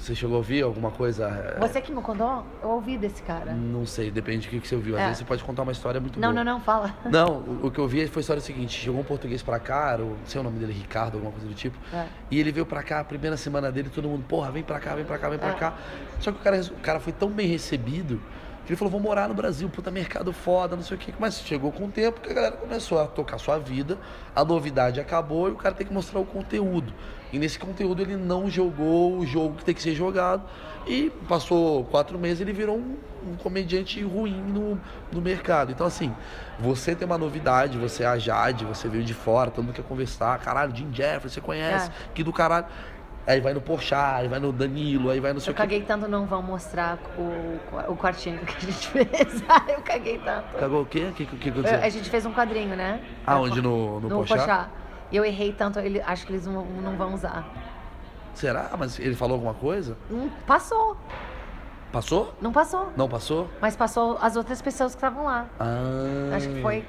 Speaker 1: Você chegou a ouvir alguma coisa? É,
Speaker 2: Você que me contou, eu ouvi desse cara.
Speaker 1: Não sei, depende do que que você ouviu. Às
Speaker 2: É.
Speaker 1: vezes você pode contar uma história muito
Speaker 2: não,
Speaker 1: boa.
Speaker 2: não, não, fala.
Speaker 1: Não, o- o que eu vi foi a história seguinte: chegou um português pra cá, era o- não sei o nome dele, Ricardo, alguma coisa do tipo.
Speaker 2: É.
Speaker 1: E ele veio pra cá, a primeira semana dele, todo mundo, porra, vem pra cá, vem pra cá, vem pra
Speaker 2: É.
Speaker 1: cá. Só que o cara, o cara foi tão bem recebido que ele falou: vou morar no Brasil, puta mercado foda, não sei o quê. Mas chegou com o tempo que a galera começou a tocar sua vida, a novidade acabou e o cara tem que mostrar o conteúdo. E nesse conteúdo ele não jogou o jogo que tem que ser jogado. E passou quatro meses, ele virou um, um comediante ruim no, no mercado. Então, assim, você tem uma novidade, você é a Jade, você veio de fora, todo mundo quer conversar. Caralho, Jim Jeffrey, você conhece, que do caralho. Aí vai no Porchat, aí vai no Danilo, aí vai no
Speaker 2: Eu
Speaker 1: seu.
Speaker 2: caguei tanto não vão mostrar o, o quartinho que a gente fez. Ai, eu caguei tanto.
Speaker 1: Cagou o quê? O que, o que aconteceu?
Speaker 2: Eu- a gente fez um quadrinho, né?
Speaker 1: é. Aonde? No, no,
Speaker 2: No
Speaker 1: Porchat?
Speaker 2: Pochá. E eu errei tanto, ele, acho que eles não, não vão usar.
Speaker 1: Será? Mas ele falou alguma coisa?
Speaker 2: Não passou,
Speaker 1: Passou?
Speaker 2: não passou.
Speaker 1: Não passou?
Speaker 2: Mas passou as outras pessoas que estavam lá.
Speaker 1: Ah.
Speaker 2: Acho que foi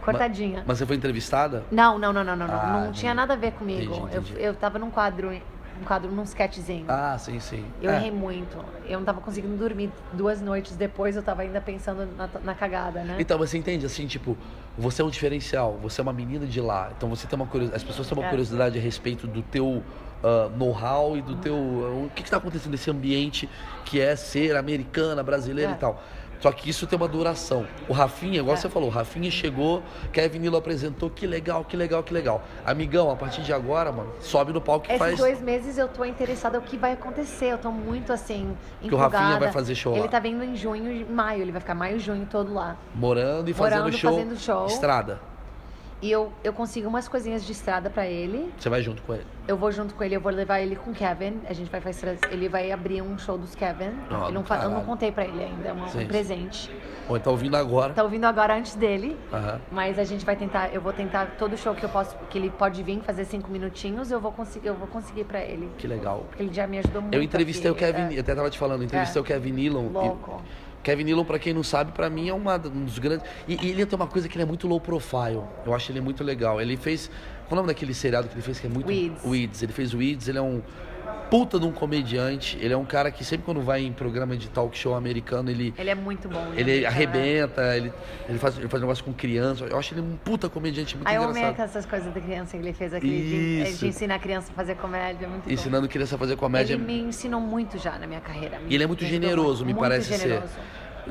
Speaker 2: cortadinha.
Speaker 1: Mas você foi entrevistada?
Speaker 2: Não, não, não, não, não. não.
Speaker 1: Hum. Ah,
Speaker 2: não tinha
Speaker 1: entendi.
Speaker 2: nada a ver comigo.
Speaker 1: Entendi,
Speaker 2: Eu-
Speaker 1: entendi.
Speaker 2: Eu, tava num quadro, um quadro, num sketchzinho.
Speaker 1: Ah, sim, sim.
Speaker 2: Eu
Speaker 1: É.
Speaker 2: errei muito. Eu não tava conseguindo dormir duas noites depois, eu tava ainda pensando na, na cagada, né?
Speaker 1: Então, você entende, assim, tipo, você é um diferencial, você é uma menina de lá, então você tem uma curiosidade, as pessoas têm uma
Speaker 2: É.
Speaker 1: curiosidade a respeito do teu ah, know-how e do teu...
Speaker 2: Uhum.
Speaker 1: ah, o que está acontecendo nesse ambiente que é ser americana, brasileira
Speaker 2: É.
Speaker 1: e tal. Só que isso tem uma duração. O Rafinha, igual
Speaker 2: É.
Speaker 1: você falou, o Rafinha chegou, Kevin Nilo apresentou, que legal, que legal, que legal. Amigão, a partir de agora, mano, sobe no palco e
Speaker 2: Esses
Speaker 1: faz...
Speaker 2: dois meses eu tô interessada o que vai acontecer. Eu tô muito assim, empolgada.
Speaker 1: Que o Rafinha vai fazer show
Speaker 2: Ele
Speaker 1: lá.
Speaker 2: tá vindo em junho e maio. Ele vai ficar maio e junho todo lá.
Speaker 1: Morando e fazendo
Speaker 2: Morando,
Speaker 1: show.
Speaker 2: fazendo show.
Speaker 1: Estrada.
Speaker 2: E eu, eu consigo umas coisinhas de estrada pra ele.
Speaker 1: Você vai junto com ele.
Speaker 2: Eu vou junto com ele, eu vou levar ele com o Kevin. A gente vai fazer. Ele vai abrir um show dos Kevin.
Speaker 1: Ah,
Speaker 2: eu, não,
Speaker 1: do
Speaker 2: fa- eu não
Speaker 1: caralho.
Speaker 2: contei pra ele ainda, é um, um
Speaker 1: Sim, sim.
Speaker 2: presente.
Speaker 1: Ou então vindo agora.
Speaker 2: Tá ouvindo agora antes dele.
Speaker 1: Aham.
Speaker 2: Mas a gente vai tentar, eu vou tentar todo show que eu posso, que ele pode vir fazer cinco minutinhos, eu vou conseguir, eu vou conseguir pra ele.
Speaker 1: Que legal.
Speaker 2: Porque ele já me ajudou muito.
Speaker 1: Eu entrevistei
Speaker 2: aqui,
Speaker 1: o Kevin, eu até tava te falando, eu entrevistei
Speaker 2: É.
Speaker 1: o Kevin Nealon.
Speaker 2: é, Louco.
Speaker 1: Kevin Nealon, pra quem não sabe, pra mim é uma, um dos grandes. E, e ele tem uma coisa que ele é muito low profile. Eu acho ele muito legal. Ele fez. Qual é o nome daquele seriado que ele fez que é muito.
Speaker 2: Weeds.
Speaker 1: Weeds. Ele fez Weeds, ele é um puta de um comediante. Ele é um cara que sempre quando vai em programa de talk show americano, ele.
Speaker 2: Ele é muito bom. né?
Speaker 1: Ele
Speaker 2: Então, é.
Speaker 1: arrebenta, ele, ele, faz, ele faz negócio com criança. Eu acho ele um puta comediante muito
Speaker 2: Aí Ah, é eu amei
Speaker 1: engraçado.
Speaker 2: aquelas- essas coisas da criança que ele fez aquele de-
Speaker 1: Isso.
Speaker 2: de ensinar a criança a fazer comédia, é muito bom.
Speaker 1: Ensinando criança a fazer comédia. é
Speaker 2: Ele me ensinou muito já na minha carreira.
Speaker 1: E ele é muito
Speaker 2: Me ajudou
Speaker 1: generoso, me
Speaker 2: muito
Speaker 1: parece
Speaker 2: generoso.
Speaker 1: ser.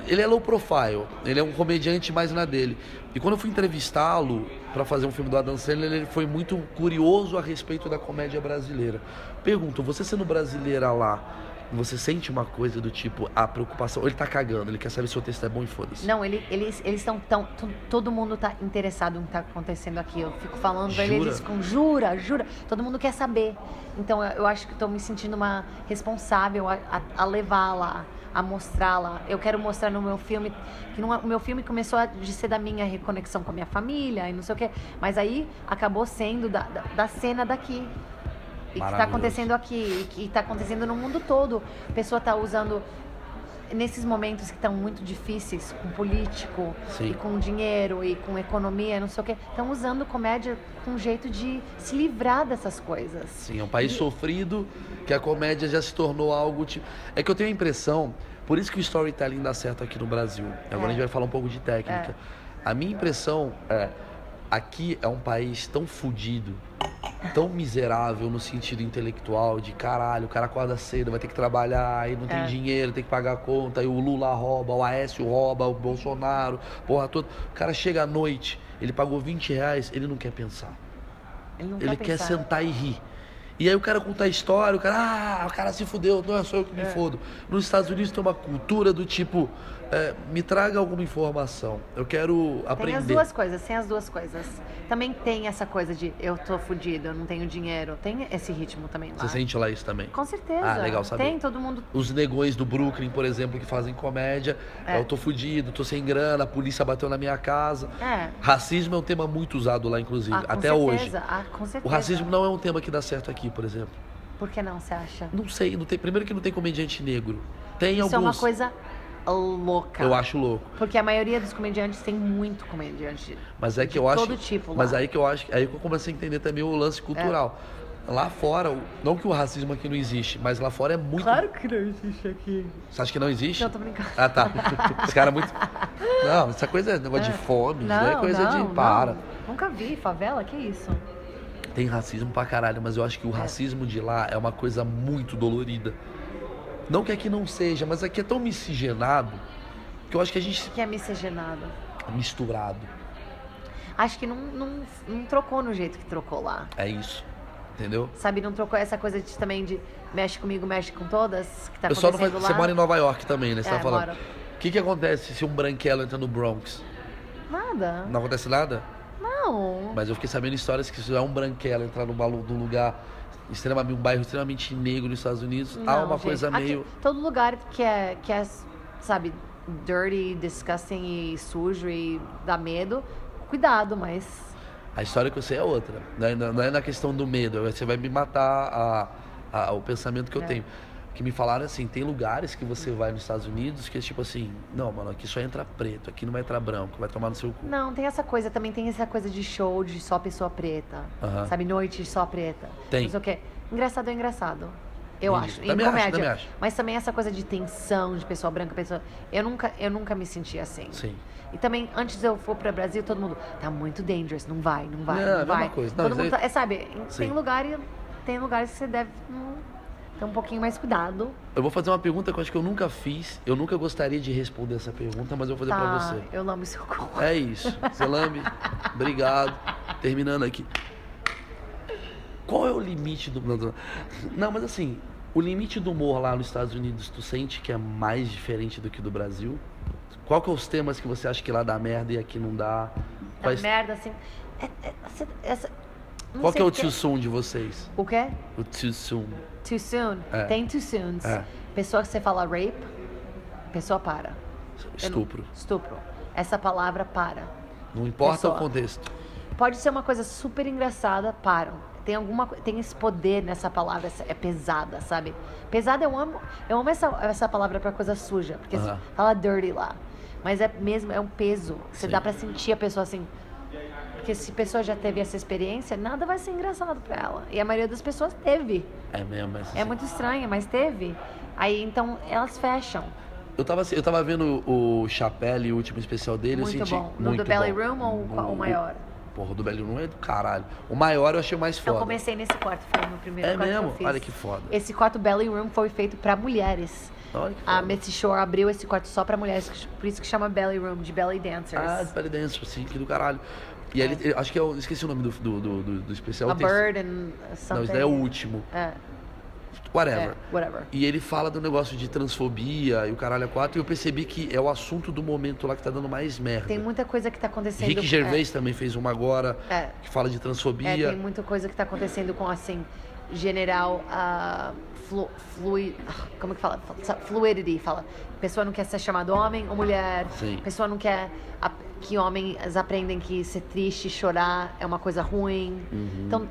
Speaker 1: Ele é low profile, ele é um comediante mais na dele. E quando eu fui entrevistá-lo para fazer um filme do Adam Sandler, ele foi muito curioso a respeito da comédia brasileira. Pergunto, você sendo brasileira lá, você sente uma coisa do tipo a preocupação? Ele tá cagando, ele quer saber se o texto é bom e foda-se.
Speaker 2: Não, ele, eles eles estão tão, to- todo mundo tá interessado no que tá acontecendo aqui. Eu fico falando pra ele,
Speaker 1: Jura?
Speaker 2: eles ficam, jura, jura. Todo mundo quer saber. Então eu, eu acho que tô me sentindo uma responsável a, a, a levar lá a mostrar lá. Eu quero mostrar no meu filme que não é- o meu filme começou a de ser da minha reconexão com a minha família e não sei o quê, mas aí acabou sendo da, da, da cena daqui. E que está
Speaker 1: Maravilhoso.
Speaker 2: acontecendo aqui, e que está acontecendo no mundo todo. A pessoa está usando nesses momentos que estão muito difíceis com político
Speaker 1: Sim.
Speaker 2: e com dinheiro e com economia, não sei o quê, estão usando comédia com um jeito de se livrar dessas coisas.
Speaker 1: Sim, é um país sofrido que a comédia já se tornou algo tipo. É que eu tenho a impressão, por isso que o storytelling dá certo aqui no Brasil. Agora a gente vai falar um pouco de técnica. A minha impressão é: aqui é um país tão fudido, tão miserável no sentido intelectual, de caralho, o cara acorda cedo, vai ter que trabalhar, aí não tem dinheiro, tem que pagar a conta, aí o Lula rouba, o Aécio rouba, o Bolsonaro, porra toda. O cara chega à noite, ele pagou 20 reais, ele não quer pensar.
Speaker 2: Ele não
Speaker 1: Ele
Speaker 2: quer,
Speaker 1: quer
Speaker 2: pensar.
Speaker 1: sentar e rir. E aí o cara conta a história, o cara, ah, o cara se fudeu, não, é só eu que me fodo. Nos Estados Unidos tem uma cultura do tipo, é, me traga alguma informação, eu quero
Speaker 2: Tem as
Speaker 1: aprender.
Speaker 2: duas coisas, tem as duas coisas. Também tem essa coisa de eu tô fudido, eu não tenho dinheiro. Tem esse ritmo também lá.
Speaker 1: Você sente lá isso também?
Speaker 2: Com certeza.
Speaker 1: Ah, legal saber.
Speaker 2: Tem, todo mundo
Speaker 1: Os negões do Brooklyn, por exemplo, que fazem comédia, eu tô fudido, tô sem grana, a polícia bateu na minha casa.
Speaker 2: É.
Speaker 1: Racismo é um tema muito usado lá, inclusive,
Speaker 2: Ah, com
Speaker 1: até hoje.
Speaker 2: certeza. Ah, com certeza.
Speaker 1: O racismo não é um tema que dá certo aqui, por exemplo.
Speaker 2: Por que não, você acha?
Speaker 1: Não sei, não tem, primeiro que não tem comediante negro. Tem
Speaker 2: Isso
Speaker 1: alguns.
Speaker 2: é uma coisa louca.
Speaker 1: Eu acho louco.
Speaker 2: Porque a maioria dos comediantes tem muito comediante.
Speaker 1: Mas é que
Speaker 2: De
Speaker 1: eu acho.
Speaker 2: todo tipo lá.
Speaker 1: Mas aí que eu acho, aí que eu comecei a entender também o lance cultural.
Speaker 2: É.
Speaker 1: Lá fora, o- não que o racismo aqui não existe, mas lá fora é muito.
Speaker 2: que não existe aqui.
Speaker 1: Você acha que não existe?
Speaker 2: Não, tô brincando.
Speaker 1: Ah, tá. Os caras muito. Não, essa coisa é negócio de fome, isso não é coisa de. Para.
Speaker 2: Nunca vi favela, que isso?
Speaker 1: Tem racismo pra caralho, mas eu acho que o racismo de lá é uma coisa muito dolorida. Não que aqui não seja, mas aqui é tão miscigenado que eu acho que a gente.
Speaker 2: O que é miscigenado?
Speaker 1: Misturado.
Speaker 2: Acho que não, não, não trocou no jeito que trocou lá.
Speaker 1: É isso. Entendeu?
Speaker 2: Sabe, não trocou essa coisa de, também de mexe comigo, mexe com todas, que tá
Speaker 1: Eu só não faz...
Speaker 2: acontecendo lá.
Speaker 1: Você mora em Nova York também, né? Você
Speaker 2: É,
Speaker 1: tá falando.
Speaker 2: moro.
Speaker 1: O que, que acontece se um branquelo entra no Bronx?
Speaker 2: Nada.
Speaker 1: Não acontece nada?
Speaker 2: Não.
Speaker 1: Mas eu fiquei sabendo histórias que se é um branquelo entrar num, balu- num lugar extremamente, um bairro extremamente negro nos Estados Unidos, há
Speaker 2: Não,
Speaker 1: uma
Speaker 2: gente.
Speaker 1: coisa
Speaker 2: Aqui,
Speaker 1: meio.
Speaker 2: todo lugar que é, que é, sabe, dirty, disgusting e sujo e dá medo, cuidado, mas.
Speaker 1: A história que eu sei é outra. Não é, não é na questão do medo. Você vai me matar a- a- o pensamento
Speaker 2: É.
Speaker 1: que eu tenho. Que me falaram assim, tem lugares que você vai nos Estados Unidos que é tipo assim, não, mano, aqui só entra preto, aqui não vai entrar branco, vai tomar no seu cu.
Speaker 2: Não, tem essa coisa, também tem essa coisa de show de só pessoa preta.
Speaker 1: Aham.
Speaker 2: Sabe, noite só preta.
Speaker 1: Ah. Tem.
Speaker 2: Não sei o quê. Engraçado é engraçado. Eu
Speaker 1: Entendi.
Speaker 2: acho. Em
Speaker 1: Também acho,
Speaker 2: comédia.
Speaker 1: também acho.
Speaker 2: Mas também essa coisa de tensão, de pessoa branca, pessoa. Eu nunca, eu nunca me senti assim.
Speaker 1: Sim.
Speaker 2: E também, antes eu for pra Brasil, todo mundo. Tá muito dangerous, não vai, não vai,
Speaker 1: Não,
Speaker 2: não,
Speaker 1: é a mesma
Speaker 2: vai.
Speaker 1: coisa. Não,
Speaker 2: todo
Speaker 1: isso
Speaker 2: mundo
Speaker 1: aí-
Speaker 2: tá, é, sabe,
Speaker 1: Sim.
Speaker 2: tem lugar e tem lugares que você deve hum, ter um pouquinho mais cuidado.
Speaker 1: Eu vou fazer uma pergunta que eu acho que eu nunca fiz. Eu nunca gostaria de responder essa pergunta, mas eu vou fazer pra
Speaker 2: Tá,
Speaker 1: você.
Speaker 2: eu lamo seu cu.
Speaker 1: É isso. Zelame, obrigado. Terminando aqui. Qual é o limite do. não, Não, não, mas assim, o limite do humor lá nos Estados Unidos, tu sente que é mais diferente do que do Brasil? Qual que é os temas que você acha que lá dá merda e aqui não dá?
Speaker 2: Tá
Speaker 1: Quais-
Speaker 2: merda, assim. É- é- essa- essa- não
Speaker 1: Qual
Speaker 2: sei
Speaker 1: que é o
Speaker 2: porque-
Speaker 1: too soon de vocês?
Speaker 2: O quê?
Speaker 1: O too soon.
Speaker 2: Too soon.
Speaker 1: É.
Speaker 2: Tem too soons.
Speaker 1: É.
Speaker 2: Pessoa que você fala rape, pessoa para. Eu não-
Speaker 1: Estupro.
Speaker 2: Estupro. Essa palavra para.
Speaker 1: Não importa o
Speaker 2: Pessoa.
Speaker 1: contexto.
Speaker 2: Pode ser uma coisa super engraçada, param. Tem alguma co- tem esse poder nessa palavra, essa- é pesada, sabe? Pesada eu amo, eu amo essa, essa palavra pra coisa suja, porque se
Speaker 1: Aham.
Speaker 2: fala dirty lá. Mas é mesmo, é um peso. Você
Speaker 1: Sim.
Speaker 2: dá pra sentir a pessoa assim. Porque se a pessoa já teve essa experiência, nada vai ser engraçado pra ela. E a maioria das pessoas teve.
Speaker 1: É mesmo. mas
Speaker 2: É
Speaker 1: assim-
Speaker 2: muito estranha, mas teve. Aí então elas fecham.
Speaker 1: Eu tava, assim- eu tava vendo o Chapelle, o último especial dele,
Speaker 2: Muito
Speaker 1: eu senti
Speaker 2: bom. No
Speaker 1: muito
Speaker 2: do Belly
Speaker 1: bom.
Speaker 2: Room ou qual- o maior?
Speaker 1: Porra, o do Belly Room é do caralho. O maior eu achei mais foda.
Speaker 2: Eu comecei nesse quarto, foi o meu primeiro
Speaker 1: É
Speaker 2: quarto que eu
Speaker 1: mesmo?
Speaker 2: fiz.
Speaker 1: Olha que foda.
Speaker 2: Esse quarto Belly Room foi feito pra mulheres.
Speaker 1: Olha que
Speaker 2: A
Speaker 1: foda.
Speaker 2: Missy Shore abriu esse quarto só pra mulheres, que- por isso que chama Belly Room, de Belly Dancers.
Speaker 1: Ah, do Belly Dance, assim, que do caralho. E aí, ele- eu acho que eu esqueci o nome do, do, do, do- do especial.
Speaker 2: É. a
Speaker 1: tem-
Speaker 2: Bird and
Speaker 1: é Não,
Speaker 2: something.
Speaker 1: isso daí é o último.
Speaker 2: É,
Speaker 1: Whatever.
Speaker 2: é, whatever.
Speaker 1: E ele fala do negócio de transfobia e o caralho a quatro. E eu percebi que é o assunto do momento lá que tá dando mais merda.
Speaker 2: Tem muita coisa que tá acontecendo...
Speaker 1: Rick
Speaker 2: é,
Speaker 1: Gervais também fez uma agora
Speaker 2: É.
Speaker 1: que fala de
Speaker 2: É,
Speaker 1: transfobia.
Speaker 2: tem muita coisa que tá acontecendo com, assim, general ah, flu, flui, ah, como que fala? Fluidity, fala. Pessoa não quer ser chamada homem ou mulher.
Speaker 1: Sim.
Speaker 2: Pessoa não quer a- que homens aprendem que ser triste, chorar é uma coisa ruim.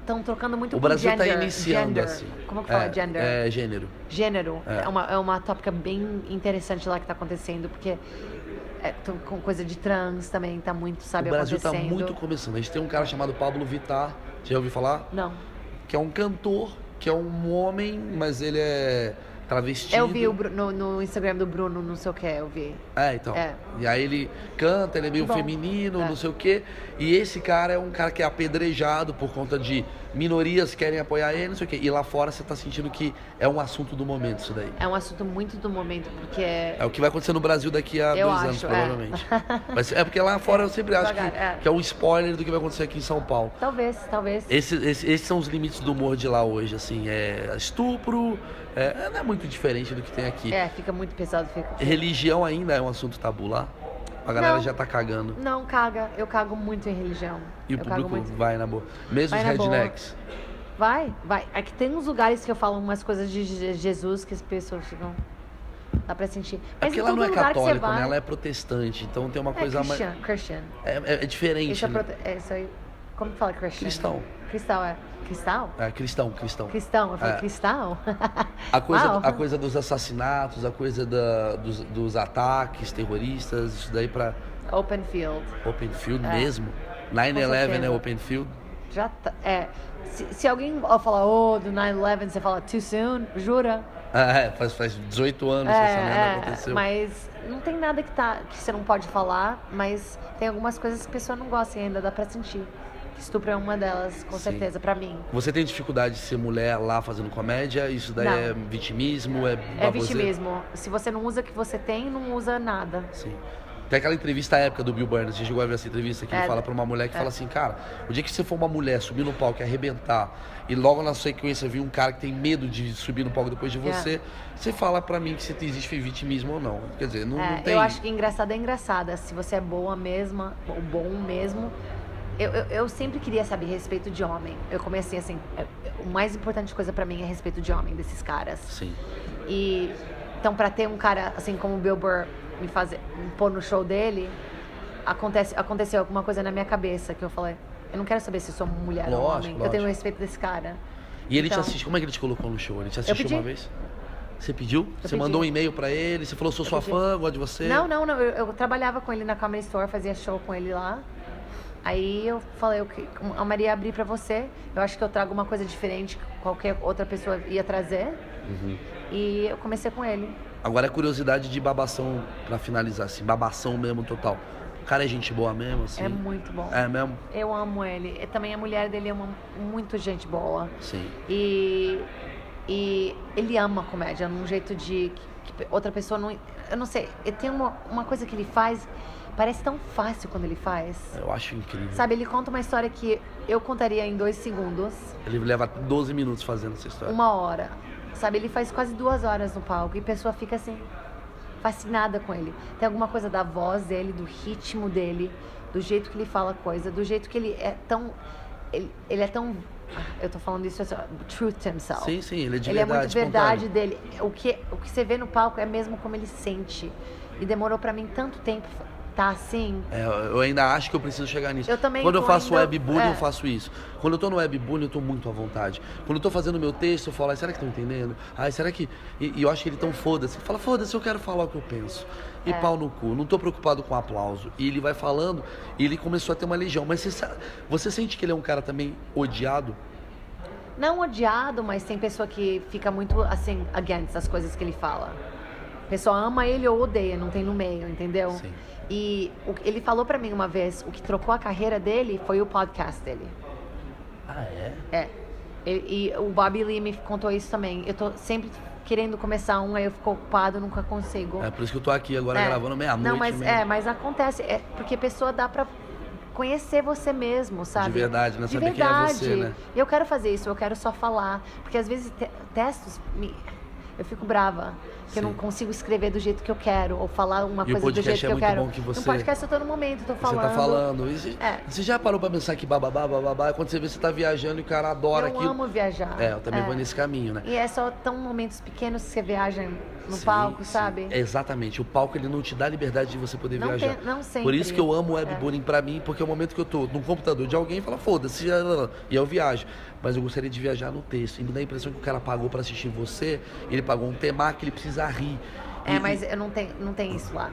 Speaker 2: Estão trocando muito
Speaker 1: Uhum. O
Speaker 2: com
Speaker 1: Brasil está
Speaker 2: gender,
Speaker 1: iniciando
Speaker 2: gender.
Speaker 1: assim.
Speaker 2: Como que fala
Speaker 1: é,
Speaker 2: gender?
Speaker 1: É gênero.
Speaker 2: Gênero
Speaker 1: É.
Speaker 2: é. uma, é uma tópica bem interessante lá que tá acontecendo, porque é, tô com coisa de trans também, tá muito, sabe,
Speaker 1: o Brasil tá
Speaker 2: acontecendo.
Speaker 1: muito começando. A gente tem um cara chamado Pablo Vittar, já ouviu falar?
Speaker 2: Não.
Speaker 1: Que é um cantor, que é um homem, mas ele é travestido.
Speaker 2: Eu vi o Bru- no, no Instagram do Bruno, não sei o que, eu vi.
Speaker 1: É, então.
Speaker 2: É.
Speaker 1: E aí ele canta, ele é meio
Speaker 2: Bom.
Speaker 1: feminino,
Speaker 2: É.
Speaker 1: não sei o quê. E esse cara é um cara que é apedrejado por conta de minorias que querem apoiar ele, não sei o quê. E lá fora você tá sentindo que é um assunto do momento isso daí.
Speaker 2: É um assunto muito do momento, porque
Speaker 1: É o que vai acontecer no Brasil daqui a
Speaker 2: Eu
Speaker 1: dois
Speaker 2: acho,
Speaker 1: anos,
Speaker 2: é.
Speaker 1: provavelmente. Mas é porque lá fora eu sempre acho que que
Speaker 2: Devagar,
Speaker 1: é.
Speaker 2: é.
Speaker 1: um spoiler do que vai acontecer aqui em São Paulo.
Speaker 2: talvez, talvez.
Speaker 1: Esse- esse- esses são os limites do humor de lá hoje, assim. É estupro, é, não é muito diferente do que tem aqui.
Speaker 2: É, fica muito pesado, fica.
Speaker 1: Religião ainda é um assunto tabu lá. A galera
Speaker 2: Não.
Speaker 1: já tá cagando.
Speaker 2: Não, caga. Eu cago muito em religião.
Speaker 1: E o
Speaker 2: eu cago
Speaker 1: público
Speaker 2: muito.
Speaker 1: vai na boa. Mesmo
Speaker 2: Vai
Speaker 1: os
Speaker 2: na boa.
Speaker 1: rednecks. É
Speaker 2: Vai, vai. É que tem uns lugares que eu falo umas coisas de Je- Jesus que as pessoas ficam. Dá pra sentir.
Speaker 1: É
Speaker 2: Mas
Speaker 1: porque
Speaker 2: em
Speaker 1: ela
Speaker 2: todo
Speaker 1: não é
Speaker 2: lugar que você
Speaker 1: católica,
Speaker 2: vai.
Speaker 1: né? Ela é protestante. Então tem uma
Speaker 2: É
Speaker 1: coisa mais.
Speaker 2: Christian, Christian.
Speaker 1: É, é- é diferente.
Speaker 2: Isso é,
Speaker 1: né?
Speaker 2: prote- é isso aí. Como que fala Christian?
Speaker 1: Cristão.
Speaker 2: Cristal, é. Cristal?
Speaker 1: É, cristão, cristão.
Speaker 2: Cristão, Ah, eu falei
Speaker 1: É.
Speaker 2: cristal?
Speaker 1: A coisa,
Speaker 2: Uau.
Speaker 1: a coisa dos assassinatos, a coisa da- dos, dos ataques terroristas, isso daí pra
Speaker 2: Open field.
Speaker 1: open field
Speaker 2: É.
Speaker 1: mesmo. 9-11 é
Speaker 2: certeza.
Speaker 1: open field.
Speaker 2: Já tá, é. Se, se alguém ó, falar, oh, do 9-11, você fala, too soon, jura? É,
Speaker 1: É, faz, faz 18 anos que essa merda aconteceu.
Speaker 2: mas não tem nada que, tá, que você não pode falar, mas tem algumas coisas que a pessoa não gosta e ainda dá pra sentir. Estupro é uma delas, com
Speaker 1: Sim.
Speaker 2: certeza, pra mim.
Speaker 1: Você tem dificuldade de ser mulher lá fazendo comédia? Isso daí
Speaker 2: Não.
Speaker 1: é vitimismo? É,
Speaker 2: É
Speaker 1: baboseira?
Speaker 2: vitimismo. Se você não usa o que você tem, não usa nada.
Speaker 1: Sim. Tem aquela entrevista épica do Bill Burns, você chegou a ver essa entrevista que ele
Speaker 2: É.
Speaker 1: fala pra uma mulher que fala assim, cara, o dia que você for uma mulher subir no palco e arrebentar, e logo na sequência vir um cara que tem medo de subir no palco depois de
Speaker 2: É.
Speaker 1: você, você fala pra mim que se existe vitimismo ou não. Quer dizer, não, não
Speaker 2: É,
Speaker 1: tem.
Speaker 2: eu acho que engraçada é engraçada. Se você é boa mesma, ou bom mesmo. Eu, eu, eu sempre queria saber respeito de homem. Eu comecei assim, é- o mais importante coisa pra mim é respeito de homem desses caras.
Speaker 1: Sim.
Speaker 2: E então pra ter um cara assim como o Bill Burr me fazer me pôr no show dele, acontece aconteceu alguma coisa na minha cabeça que eu falei, eu não quero saber se sou mulher ou
Speaker 1: Lógico,
Speaker 2: homem. Eu
Speaker 1: lógico.
Speaker 2: tenho respeito desse cara.
Speaker 1: E ele
Speaker 2: Então-
Speaker 1: te assiste. Como é que ele te colocou no show? Ele te assistiu
Speaker 2: pedi.
Speaker 1: uma vez? Você pediu? você
Speaker 2: pedi.
Speaker 1: mandou um e-mail pra ele? Você falou, sou sua
Speaker 2: pedi.
Speaker 1: fã, gosto de você?
Speaker 2: Não, não, não. Eu, eu trabalhava com ele na Comedy Store, fazia show com ele lá. Aí eu falei, eu, que- a Maria abri pra você. Eu acho que eu trago uma coisa diferente que qualquer outra pessoa ia trazer. E eu comecei com ele.
Speaker 1: Uhum. Agora é curiosidade de babação pra finalizar, assim, babação mesmo total. O cara é gente boa mesmo, assim.
Speaker 2: É muito bom.
Speaker 1: É mesmo?
Speaker 2: Eu amo ele. E também a mulher dele é uma, muito gente boa.
Speaker 1: Sim.
Speaker 2: E, e ele ama a comédia, num jeito de que, que outra pessoa não. Eu não sei, ele tem uma, uma coisa que ele faz, parece tão fácil quando ele faz.
Speaker 1: Eu acho incrível.
Speaker 2: Sabe, ele conta uma história que eu contaria em dois segundos,
Speaker 1: Ele leva 12 minutos fazendo essa história.
Speaker 2: uma hora. Sabe, ele faz quase duas horas no palco e a pessoa fica assim, fascinada com ele. Tem alguma coisa da voz dele, do ritmo dele, do jeito que ele fala coisa, do jeito que ele é tão. Ele, ele é tão. ah, Eu tô falando isso assim, ó, true to himself.
Speaker 1: Sim, sim, ele é de
Speaker 2: ele é
Speaker 1: verdade.
Speaker 2: muito verdade
Speaker 1: espontâneo.
Speaker 2: dele. O que, o que você vê no palco é mesmo como ele sente. E demorou pra mim tanto tempo tá assim.
Speaker 1: É, eu ainda acho que eu preciso chegar nisso.
Speaker 2: Eu também
Speaker 1: Quando eu
Speaker 2: tô
Speaker 1: faço
Speaker 2: ainda-
Speaker 1: webbullying,
Speaker 2: é.
Speaker 1: eu faço isso. Quando eu tô no webbullying, eu tô muito à vontade. Quando eu tô fazendo meu texto, eu falo, ai, será que estão entendendo? Ai, será que. E, e eu acho que ele tão foda-se. Fala, foda-se, eu quero falar o que eu penso. E
Speaker 2: É.
Speaker 1: pau no cu, não tô preocupado com aplauso. E ele vai falando, e ele começou a ter uma legião. Mas você, sa- você sente que ele é um cara também odiado?
Speaker 2: Não odiado, mas tem pessoa que fica muito assim, against as coisas que ele fala. A pessoa ama ele ou odeia, não tem no meio, entendeu?
Speaker 1: Sim.
Speaker 2: E o- ele falou pra mim uma vez, o que trocou a carreira dele foi o podcast dele.
Speaker 1: Ah, é?
Speaker 2: É. E, e o Bobby Lee me contou isso também. Eu tô sempre querendo começar um, aí eu fico ocupado, nunca consigo.
Speaker 1: É por isso que eu tô aqui agora
Speaker 2: É.
Speaker 1: gravando meia-noite.
Speaker 2: Não, mas
Speaker 1: mesmo.
Speaker 2: é, mas acontece, é porque a pessoa dá pra conhecer você mesmo, sabe?
Speaker 1: verdade, né?
Speaker 2: De
Speaker 1: Saber quem é
Speaker 2: verdade.
Speaker 1: você, né?
Speaker 2: E Eu quero fazer isso, eu quero só falar, porque às vezes te- textos me eu fico brava. Que eu
Speaker 1: Sim.
Speaker 2: não consigo escrever do jeito que eu quero, ou falar uma
Speaker 1: E o
Speaker 2: coisa do
Speaker 1: podcast
Speaker 2: jeito
Speaker 1: é
Speaker 2: que eu
Speaker 1: muito
Speaker 2: quero.
Speaker 1: bom que você-
Speaker 2: No podcast eu tô no momento, eu tô
Speaker 1: Você
Speaker 2: falando.
Speaker 1: tá falando. E você-
Speaker 2: É.
Speaker 1: Você já parou pra pensar que bababá, bababá, quando você vê você tá viajando e o cara adora
Speaker 2: eu
Speaker 1: aquilo.
Speaker 2: amo viajar.
Speaker 1: É, eu também
Speaker 2: É.
Speaker 1: vou nesse caminho, né?
Speaker 2: E é só tão momentos pequenos que você viaja no
Speaker 1: Sim,
Speaker 2: palco,
Speaker 1: sim.
Speaker 2: sabe?
Speaker 1: É, exatamente. O palco ele não te dá liberdade de você poder
Speaker 2: Não
Speaker 1: viajar.
Speaker 2: tem- não sempre.
Speaker 1: Por isso que eu amo
Speaker 2: É.
Speaker 1: webbullying pra mim, porque é o momento que eu tô num computador de alguém e fala, foda-se, lá, lá, lá", e eu viajo. Mas eu gostaria de viajar no texto. E me dá a impressão que o cara pagou pra assistir você, ele pagou um tema que ele precisa rir.
Speaker 2: É,
Speaker 1: E-
Speaker 2: mas eu não tem, não tem isso lá.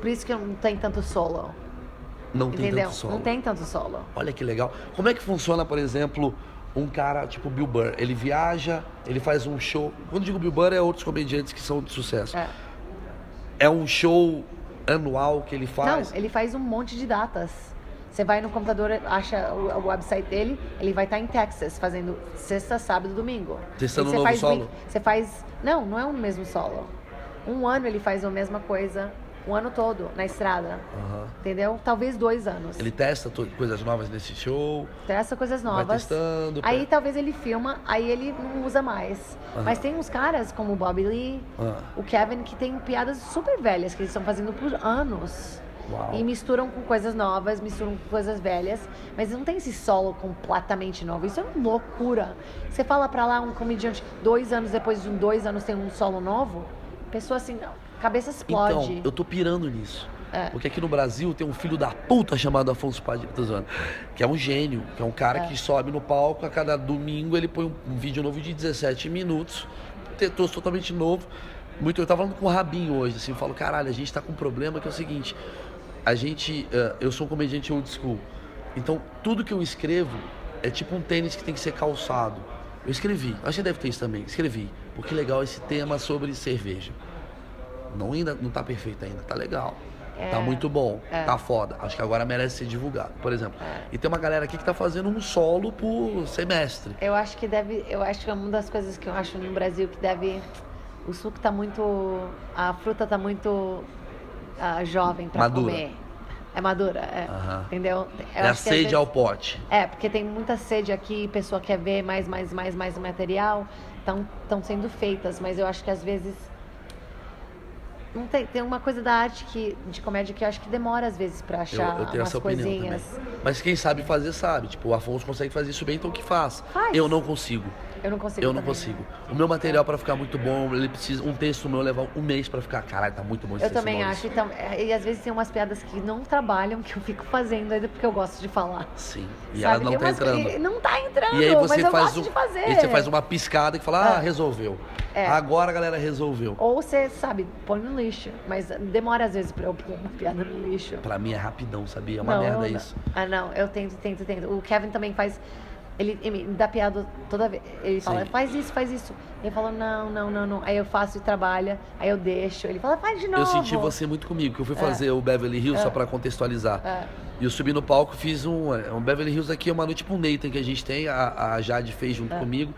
Speaker 2: Por isso que eu não tenho tanto solo.
Speaker 1: Não tem
Speaker 2: entendeu?
Speaker 1: tanto solo.
Speaker 2: Não tem tanto solo.
Speaker 1: Olha que legal. Como é que funciona, por exemplo, um cara tipo Bill Burr? Ele viaja, ele faz um show. Quando digo Bill Burr, é outros comediantes que são de sucesso.
Speaker 2: É.
Speaker 1: É um show anual que ele faz.
Speaker 2: Não, ele faz um monte de datas. Você vai no computador, acha o, o website dele, ele vai estar em Texas fazendo sexta, sábado, domingo.
Speaker 1: Testando
Speaker 2: E
Speaker 1: um
Speaker 2: você
Speaker 1: novo
Speaker 2: faz
Speaker 1: solo?
Speaker 2: week- Você faz. Não, não é o mesmo solo. Um ano ele faz a mesma coisa, o ano todo, na estrada.
Speaker 1: Aham.
Speaker 2: Entendeu? Talvez dois anos.
Speaker 1: Ele testa to- coisas novas nesse show.
Speaker 2: Testa coisas novas.
Speaker 1: testando,
Speaker 2: aí
Speaker 1: pega.
Speaker 2: talvez ele filma, aí ele não usa mais.
Speaker 1: Aham.
Speaker 2: Mas tem uns caras como o Bobby Lee,
Speaker 1: Ah.
Speaker 2: o Kevin, que tem piadas super velhas que eles estão fazendo por anos.
Speaker 1: Uau.
Speaker 2: E misturam com coisas novas, misturam com coisas velhas, mas não tem esse solo completamente novo. Isso é uma loucura. Você fala pra lá um comediante, dois anos depois de um dois anos tem um solo novo, a pessoa assim, cabeça explode.
Speaker 1: Então, eu tô pirando nisso. Porque aqui no Brasil tem um filho da puta chamado Afonso Padilha, tô zoando, que é um gênio, que é um cara que sobe no palco, a cada domingo ele põe um, um vídeo novo de 17 minutos, texto totalmente novo. Muito, eu tava falando com o Rabinho hoje, assim, eu falo, caralho, a gente tá com um problema que é o seguinte, a gente, eh, eu sou um comediante old school, então tudo que eu escrevo é tipo um tênis que tem que ser calçado. Eu escrevi, acho que deve ter isso também, escrevi, pô, que legal esse tema sobre cerveja. Não ainda não tá perfeito ainda, tá legal.
Speaker 2: É.
Speaker 1: Tá muito bom, tá foda. Acho que agora merece ser divulgado, por exemplo.
Speaker 2: É.
Speaker 1: E tem uma galera aqui que tá fazendo um solo por semestre.
Speaker 2: Eu acho que deve. Eu acho que é uma das coisas que eu acho no Brasil que deve. O suco tá muito. A fruta tá muito ah, jovem pra
Speaker 1: Madura.
Speaker 2: comer. É madura, é.
Speaker 1: Aham.
Speaker 2: Entendeu? Eu
Speaker 1: é a
Speaker 2: acho que às
Speaker 1: sede
Speaker 2: vezes-
Speaker 1: ao pote.
Speaker 2: É, porque tem muita sede aqui, pessoa quer ver mais, mais, mais, mais material. Estão sendo feitas, mas eu acho que às vezes. Não tem, tem uma coisa da arte que, de comédia que eu acho que demora às vezes pra
Speaker 1: Eu,
Speaker 2: achar
Speaker 1: eu tenho
Speaker 2: umas
Speaker 1: essa opinião
Speaker 2: coisinhas.
Speaker 1: também. Mas quem sabe fazer, sabe. Tipo, o Afonso consegue fazer isso bem, então que faz.
Speaker 2: Faz. tá
Speaker 1: Eu não consigo.
Speaker 2: Eu não consigo.
Speaker 1: Eu não
Speaker 2: também.
Speaker 1: consigo. O meu material pra ficar muito bom, ele precisa. Um texto meu levar um mês pra ficar. Caralho, tá muito bom esse
Speaker 2: Eu
Speaker 1: texto,
Speaker 2: também
Speaker 1: Maurício.
Speaker 2: acho. Então, é, e às vezes tem umas piadas que não trabalham, que eu fico fazendo ainda porque eu gosto de falar.
Speaker 1: Sim. E
Speaker 2: sabe?
Speaker 1: ela não
Speaker 2: Tem
Speaker 1: tá
Speaker 2: umas-
Speaker 1: entrando.
Speaker 2: e Não tá entrando,
Speaker 1: E aí
Speaker 2: mas
Speaker 1: você
Speaker 2: eu
Speaker 1: faz
Speaker 2: gosto
Speaker 1: um,
Speaker 2: de fazer.
Speaker 1: e você faz uma piscada que fala, ah, resolveu.
Speaker 2: É.
Speaker 1: Agora, galera, resolveu.
Speaker 2: Ou você, sabe, põe no lixo. Mas demora às vezes pra eu pôr uma piada no lixo.
Speaker 1: Pra mim é rapidão, sabia? É uma
Speaker 2: não,
Speaker 1: merda
Speaker 2: não.
Speaker 1: isso.
Speaker 2: Ah, não. Eu tento, tento, tento. O Kevin também faz. Ele, ele me dá piada toda vez. Ele fala,
Speaker 1: Sim.
Speaker 2: faz isso, faz isso. Eu falo, não, não, não, não. Aí eu faço e trabalha. Aí eu deixo. Ele fala, faz de novo.
Speaker 1: Eu senti você muito comigo, que eu fui
Speaker 2: É.
Speaker 1: fazer o Beverly Hills só pra contextualizar. E eu subi no palco, fiz um, um Beverly Hills aqui, é uma noite tipo um Nathan que a gente tem, a, a Jade fez junto
Speaker 2: É.
Speaker 1: comigo.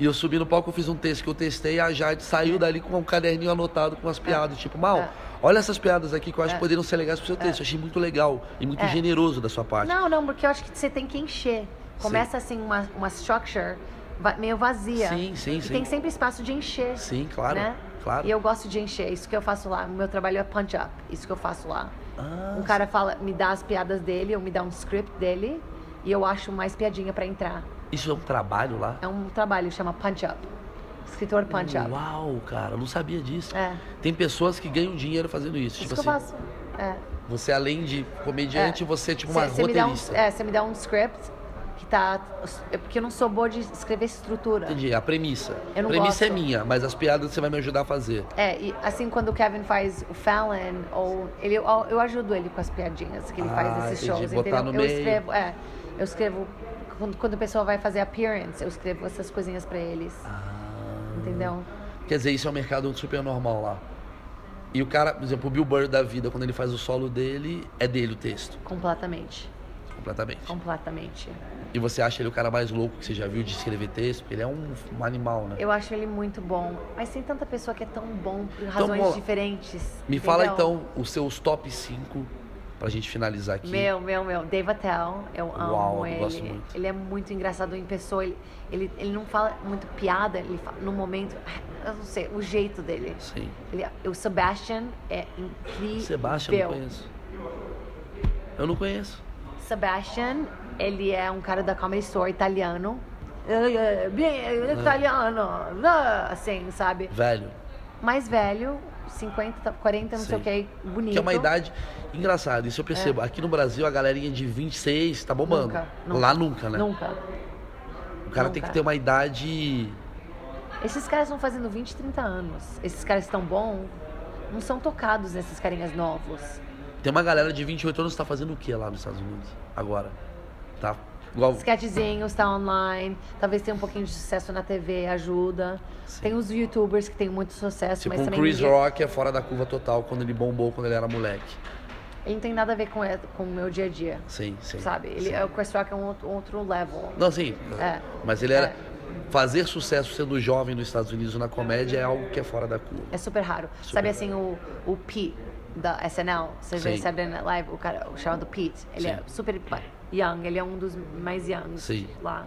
Speaker 1: E eu subi no palco, eu fiz um texto que eu testei, e a Jade
Speaker 2: É.
Speaker 1: saiu dali com um caderninho anotado com as piadas, tipo, mal, olha essas piadas aqui que eu acho
Speaker 2: É.
Speaker 1: que poderiam ser legais pro seu texto. Eu achei muito legal e muito generoso da sua parte.
Speaker 2: Não, não, porque eu acho que você tem que encher. Começa assim uma, uma structure va- meio vazia.
Speaker 1: Sim, sim,
Speaker 2: e
Speaker 1: sim.
Speaker 2: tem sempre espaço de encher.
Speaker 1: Sim, claro,
Speaker 2: né?
Speaker 1: claro.
Speaker 2: E eu gosto de encher, isso que eu faço lá. O meu trabalho é punch up, isso que eu faço lá.
Speaker 1: Ah,
Speaker 2: um cara fala, me dá as piadas dele, ou me dá um script dele, e eu acho mais piadinha pra entrar.
Speaker 1: Isso é um trabalho lá?
Speaker 2: É um trabalho, chama punch up. Escritor punch up.
Speaker 1: Uau, cara, eu não sabia disso.
Speaker 2: É.
Speaker 1: Tem pessoas que ganham dinheiro fazendo isso.
Speaker 2: Isso
Speaker 1: tipo
Speaker 2: que eu
Speaker 1: assim,
Speaker 2: faço. É.
Speaker 1: você além de comediante,
Speaker 2: É.
Speaker 1: você é tipo uma
Speaker 2: Cê- cê me dá um-
Speaker 1: roteirista.
Speaker 2: é, você me dá um script que tá. é Porque eu não sou boa de escrever estrutura.
Speaker 1: Entendi, é a premissa.
Speaker 2: Eu não
Speaker 1: a premissa é
Speaker 2: gosto.
Speaker 1: minha, mas as piadas você vai me ajudar a fazer.
Speaker 2: É, e assim quando o Kevin faz o Fallon, ou ele, eu, eu ajudo ele com as piadinhas que ele
Speaker 1: Ah,
Speaker 2: faz nesses
Speaker 1: entendi.
Speaker 2: shows,
Speaker 1: Botar
Speaker 2: entendeu?
Speaker 1: no
Speaker 2: eu
Speaker 1: meio.
Speaker 2: escrevo, é, eu escrevo quando, quando a pessoa vai fazer appearance, eu escrevo essas coisinhas pra eles,
Speaker 1: Ah.
Speaker 2: Ah. entendeu?
Speaker 1: Quer dizer, isso é um mercado super normal lá. E o cara, por exemplo, o Bill Burr da vida, quando ele faz o solo dele, é dele o texto,
Speaker 2: Completamente,
Speaker 1: completamente.
Speaker 2: completamente.
Speaker 1: E você acha ele o cara mais louco que você já viu de escrever texto? Porque ele é um, um animal, né?
Speaker 2: Eu acho ele muito bom, mas tem tanta pessoa que é tão bom por razões
Speaker 1: vamos lá.
Speaker 2: diferentes.
Speaker 1: Me fala
Speaker 2: entendeu?
Speaker 1: então os seus top 5 pra gente finalizar aqui.
Speaker 2: Meu, meu, meu. Dave Attell, eu amo
Speaker 1: Uau, eu
Speaker 2: ele.
Speaker 1: gosto muito.
Speaker 2: Ele é muito engraçado em pessoa. Ele, ele, ele não fala muito piada, ele fala, no momento. Eu não sei, o jeito dele.
Speaker 1: Sim.
Speaker 2: Ele, o Sebastian é incrível.
Speaker 1: Sebastião, eu não conheço. Eu não conheço.
Speaker 2: Sebastian, ele é um cara da Comedy Store italiano. Ele é
Speaker 1: Ah.
Speaker 2: Bem italiano, né? assim, sabe?
Speaker 1: Velho.
Speaker 2: Mais velho, 50, 40, não sei o
Speaker 1: Sim.
Speaker 2: que, bonito.
Speaker 1: Que é uma idade engraçada. Isso eu percebo. Aqui no Brasil, a galerinha de 26 tá bombando.
Speaker 2: É. Nunca, nunca.
Speaker 1: Lá nunca, né?
Speaker 2: Nunca.
Speaker 1: o cara tem que
Speaker 2: nunca.
Speaker 1: ter uma idade.
Speaker 2: Esses caras estão fazendo 20, 30 anos. Esses caras tão bons, não são tocados nesses carinhas novos.
Speaker 1: Tem uma galera de 28 anos que tá fazendo o que lá nos Estados Unidos? Agora. Tá? Igual.
Speaker 2: Sketchzinhos, tá online, talvez tenha um pouquinho de sucesso na TV, ajuda. Tem os youtubers que têm muito sucesso,
Speaker 1: Tipo,
Speaker 2: mas
Speaker 1: o
Speaker 2: também
Speaker 1: Chris
Speaker 2: ninguém-
Speaker 1: Rock é fora da curva total quando ele bombou quando ele era moleque.
Speaker 2: ele não tem nada a ver com, é, com o meu dia a dia.
Speaker 1: Sim, sim.
Speaker 2: Sabe? Ele,
Speaker 1: sim.
Speaker 2: o Chris Rock é um outro, um outro level.
Speaker 1: Não, sim.
Speaker 2: É.
Speaker 1: Mas ele era. Fazer sucesso sendo jovem nos Estados Unidos na comédia é algo que é fora da curva.
Speaker 2: É super raro. Sabe assim, o, o Pete da SNL, você vê
Speaker 1: Sim.
Speaker 2: Saturday Night né, Live, o cara o chamado Pete, ele é
Speaker 1: Sim.
Speaker 2: super pa- young, ele é um dos mais youngs
Speaker 1: Sim.
Speaker 2: lá.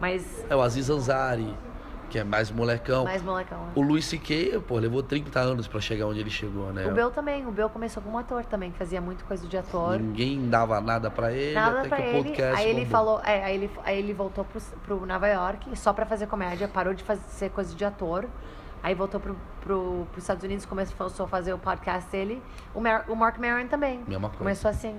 Speaker 2: Mas
Speaker 1: É o Aziz Ansari, que é mais molecão.
Speaker 2: mais molecão.
Speaker 1: O Luis C.K., pô, levou 30 anos pra chegar onde ele chegou, né?
Speaker 2: O Bel também, o Bel começou como ator também, fazia muito coisa de ator.
Speaker 1: Ninguém dava nada pra ele,
Speaker 2: Nada
Speaker 1: até
Speaker 2: pra
Speaker 1: que o
Speaker 2: ele,
Speaker 1: podcast
Speaker 2: aí ele
Speaker 1: bombou.
Speaker 2: falou, é, aí ele, aí ele voltou pro, pro Nova York só pra fazer comédia, parou de fazer coisa de ator, aí voltou pro, pro, pros Estados Unidos, começou a fazer o podcast dele. O, Mar- o Mark Maron também.
Speaker 1: Mesma coisa.
Speaker 2: Começou assim.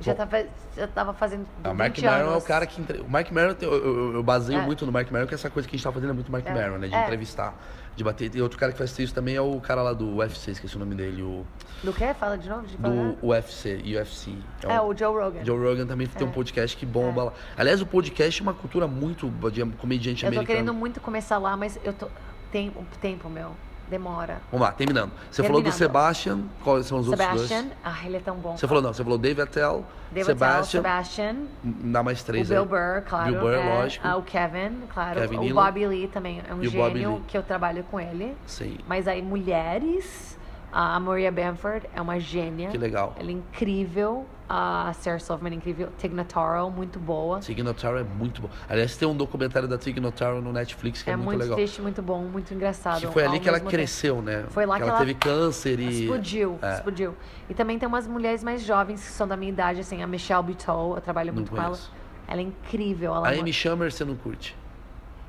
Speaker 2: Já,
Speaker 1: Bom.
Speaker 2: tava, já tava fazendo.
Speaker 1: O Mark
Speaker 2: 20
Speaker 1: Maron é o
Speaker 2: anos.
Speaker 1: cara que... entre- O Mark Maron, tem- eu, eu, eu baseio
Speaker 2: É.
Speaker 1: muito no Mark Maron, que essa coisa que a gente tá fazendo é muito Mark
Speaker 2: É.
Speaker 1: Maron, né? De
Speaker 2: É.
Speaker 1: entrevistar, de bater. E outro cara que faz isso também é o cara lá do UFC, esqueci o nome dele, o...
Speaker 2: Do que? Fala de novo? De falar?
Speaker 1: Do UFC, UFC.
Speaker 2: É,
Speaker 1: um-
Speaker 2: o Joe Rogan.
Speaker 1: Joe Rogan também tem um
Speaker 2: É.
Speaker 1: podcast que bomba lá. Aliás, o podcast é uma cultura muito de comediante
Speaker 2: eu tô
Speaker 1: americano.
Speaker 2: querendo muito começar lá, mas eu tô. Tem o tempo, meu. Demora.
Speaker 1: Vamos lá, terminando. Você falou do
Speaker 2: Terminando.
Speaker 1: Sebastian, quais são os outros
Speaker 2: Sebastian.
Speaker 1: dois?
Speaker 2: Ah, ele é tão bom.
Speaker 1: Você falou não, você falou David Attell,
Speaker 2: Dave Attell,
Speaker 1: Sebastian,
Speaker 2: Sebastian.
Speaker 1: dá mais três
Speaker 2: o
Speaker 1: aí.
Speaker 2: Bill Burr, claro.
Speaker 1: Bill Burr,
Speaker 2: né?
Speaker 1: lógico.
Speaker 2: Ah, o Kevin, claro.
Speaker 1: Kevin
Speaker 2: o
Speaker 1: Nealon.
Speaker 2: Bobby Lee também é um
Speaker 1: E o Bobby Lee.
Speaker 2: gênio que eu trabalho com ele.
Speaker 1: Sim.
Speaker 2: Mas aí, mulheres. A Maria Bamford é uma gênia.
Speaker 1: Que legal.
Speaker 2: Ela é incrível. A Sarah Silverman é incrível. Tignataro, muito boa.
Speaker 1: Tig Notaro é muito bom. Aliás, tem um documentário da Tig Notaro no Netflix que é,
Speaker 2: é muito
Speaker 1: legal.
Speaker 2: triste, muito bom, muito engraçado.
Speaker 1: Que foi ali
Speaker 2: ao
Speaker 1: que ela
Speaker 2: mesmo tempo.
Speaker 1: cresceu, né?
Speaker 2: Foi lá
Speaker 1: que
Speaker 2: que
Speaker 1: ela
Speaker 2: ela
Speaker 1: teve câncer e
Speaker 2: Explodiu,
Speaker 1: É.
Speaker 2: explodiu. E também tem umas mulheres mais jovens que são da minha idade, assim, a Michelle Buteau, eu trabalho
Speaker 1: Não
Speaker 2: muito com ela.
Speaker 1: conheço.
Speaker 2: Ela é incrível. Ela
Speaker 1: A
Speaker 2: é uma-
Speaker 1: Amy Schumer você não curte.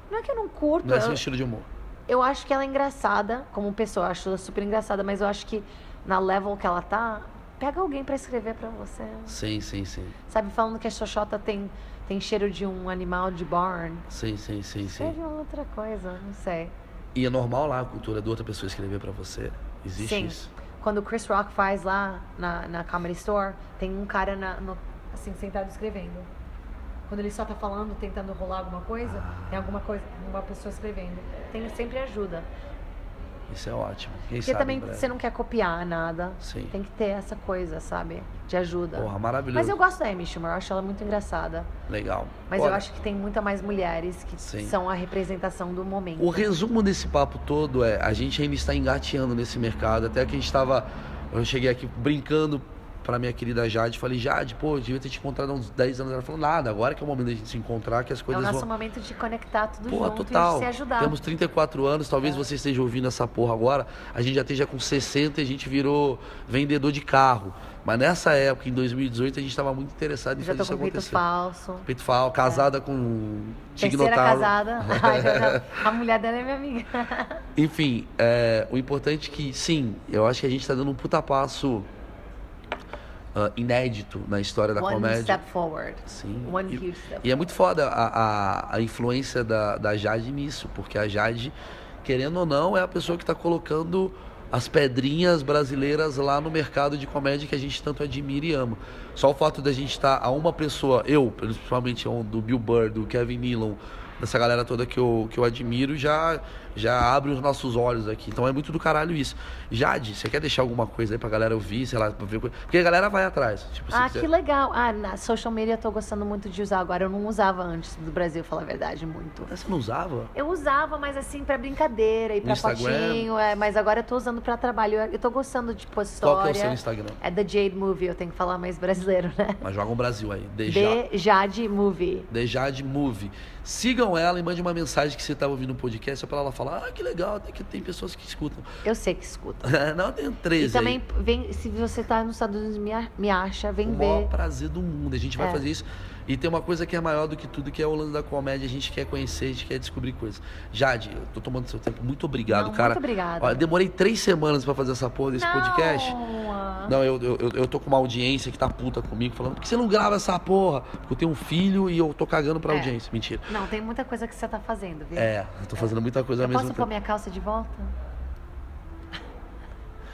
Speaker 2: Não é que eu não curto,
Speaker 1: Não é
Speaker 2: eu-
Speaker 1: seu estilo de humor.
Speaker 2: Eu acho que ela é engraçada como pessoa, eu acho ela super engraçada, mas eu acho que na level que ela tá, pega alguém pra escrever pra você.
Speaker 1: Sim, sim, sim.
Speaker 2: Sabe, falando que a xoxota tem, tem cheiro de um animal de barn.
Speaker 1: Sim, sim, sim, sim.
Speaker 2: Teve outra coisa, não sei.
Speaker 1: E é normal lá a cultura de outra pessoa escrever pra você. Existe
Speaker 2: Sim.
Speaker 1: isso?
Speaker 2: Quando o Chris Rock faz lá na, na Comedy Store, tem um cara na- no- assim, sentado escrevendo. Quando ele só tá falando, tentando rolar alguma coisa,
Speaker 1: Ah.
Speaker 2: tem alguma coisa, uma pessoa escrevendo. Tem sempre ajuda.
Speaker 1: Isso é ótimo. Quem
Speaker 2: Porque
Speaker 1: sabe,
Speaker 2: também
Speaker 1: em breve.
Speaker 2: você não quer copiar nada.
Speaker 1: Sim.
Speaker 2: Tem que ter essa coisa, sabe? De ajuda.
Speaker 1: Porra, maravilhoso.
Speaker 2: Mas eu gosto da Amy Schumer, eu acho ela muito engraçada.
Speaker 1: Legal.
Speaker 2: Mas eu
Speaker 1: Olha,
Speaker 2: acho que tem muita mais mulheres que
Speaker 1: Sim.
Speaker 2: são a representação do momento. É
Speaker 1: O resumo desse papo todo é: a gente ainda está engateando nesse mercado. Até que a gente estava. Eu cheguei aqui brincando para minha querida Jade. Falei, Jade, pô, eu devia ter te encontrado há uns 10 anos. Ela falou, nada, agora que é o momento da gente se encontrar, que as
Speaker 2: É o
Speaker 1: coisas
Speaker 2: nosso
Speaker 1: vão.
Speaker 2: momento de conectar tudo
Speaker 1: Pô,
Speaker 2: junto e
Speaker 1: total.
Speaker 2: de se ajudar. É.
Speaker 1: Temos 34 anos, talvez você esteja ouvindo essa porra agora. A gente já esteja com 60 e a gente virou vendedor de carro. Mas nessa época, em 2018, a gente estava muito interessado em
Speaker 2: Já
Speaker 1: fazer
Speaker 2: tô
Speaker 1: isso
Speaker 2: com pito
Speaker 1: acontecer.
Speaker 2: falso.
Speaker 1: Peito Fal, casada com
Speaker 2: É.
Speaker 1: um
Speaker 2: Terceira
Speaker 1: Tignotaro.
Speaker 2: casada. Ai, não, não. a mulher dela é minha amiga.
Speaker 1: Enfim, é, o importante é que, sim, eu acho que a gente tá dando um puta passo ah, inédito na história da
Speaker 2: One
Speaker 1: comédia.
Speaker 2: step forward.
Speaker 1: Sim.
Speaker 2: One
Speaker 1: e,
Speaker 2: huge step.
Speaker 1: e é muito foda a, a, a influência da, da Jade nisso, porque a Jade, querendo ou não, é a pessoa que tá colocando as pedrinhas brasileiras lá no mercado de comédia que a gente tanto admira e ama. Só o fato da gente estar a uma pessoa, eu, é um principalmente eu, do Bill Burr, do Kevin Nealon, dessa galera toda que eu, que eu admiro, já já abre os nossos olhos aqui. Então é muito do caralho isso. Jade, você quer deixar alguma coisa aí pra galera ouvir, sei lá, pra ver? co- Porque a galera vai atrás. Tipo, se
Speaker 2: Ah,
Speaker 1: quiser-
Speaker 2: que legal. Ah, na social media eu tô gostando muito de usar agora. Eu não usava antes do Brasil, falar a verdade, muito.
Speaker 1: Você não usava?
Speaker 2: Eu usava, mas assim, pra brincadeira e pra
Speaker 1: Instagram?
Speaker 2: fotinho. É, mas agora eu tô usando pra trabalho. Eu, eu tô gostando de pôr história.
Speaker 1: Qual que é o seu Instagram?
Speaker 2: É The Jade Movie, eu tenho que falar mais brasileiro, né?
Speaker 1: Mas joga um Brasil aí. Dejá.
Speaker 2: The Jade Movie.
Speaker 1: Dejade Move. Sigam ela e mande uma mensagem que você tava ouvindo no podcast só pra ela falar: ah, que legal, até que tem pessoas que escutam.
Speaker 2: Eu sei que escuta.
Speaker 1: não, tem
Speaker 2: E
Speaker 1: 13.
Speaker 2: também,
Speaker 1: aí.
Speaker 2: vem, se você tá nos Estados Unidos, me, a- me acha, vem
Speaker 1: O maior
Speaker 2: ver.
Speaker 1: prazer do mundo. A gente vai
Speaker 2: É.
Speaker 1: fazer isso. E tem uma coisa que é maior do que tudo, que é o lance da comédia. A gente quer conhecer, a gente quer descobrir coisas. Jade, eu tô tomando seu tempo. Muito obrigado,
Speaker 2: Não,
Speaker 1: cara.
Speaker 2: muito obrigada.
Speaker 1: Olha, demorei três semanas pra fazer essa porra desse podcast.
Speaker 2: Não.
Speaker 1: Não, eu, eu, eu- eu tô com uma audiência que tá puta comigo, falando, por que você não grava essa porra? Porque eu tenho um filho e eu tô cagando pra
Speaker 2: É.
Speaker 1: audiência. Mentira.
Speaker 2: Não, tem muita coisa que você tá fazendo, viu?
Speaker 1: É, eu tô fazendo muita coisa
Speaker 2: Eu
Speaker 1: ao mesmo
Speaker 2: posso pôr
Speaker 1: tempo.
Speaker 2: minha calça de volta?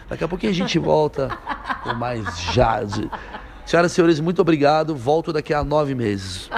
Speaker 1: Daqui a pouquinho a gente volta com mais Jade. Senhoras e senhores, muito obrigado. Volto daqui a nove meses.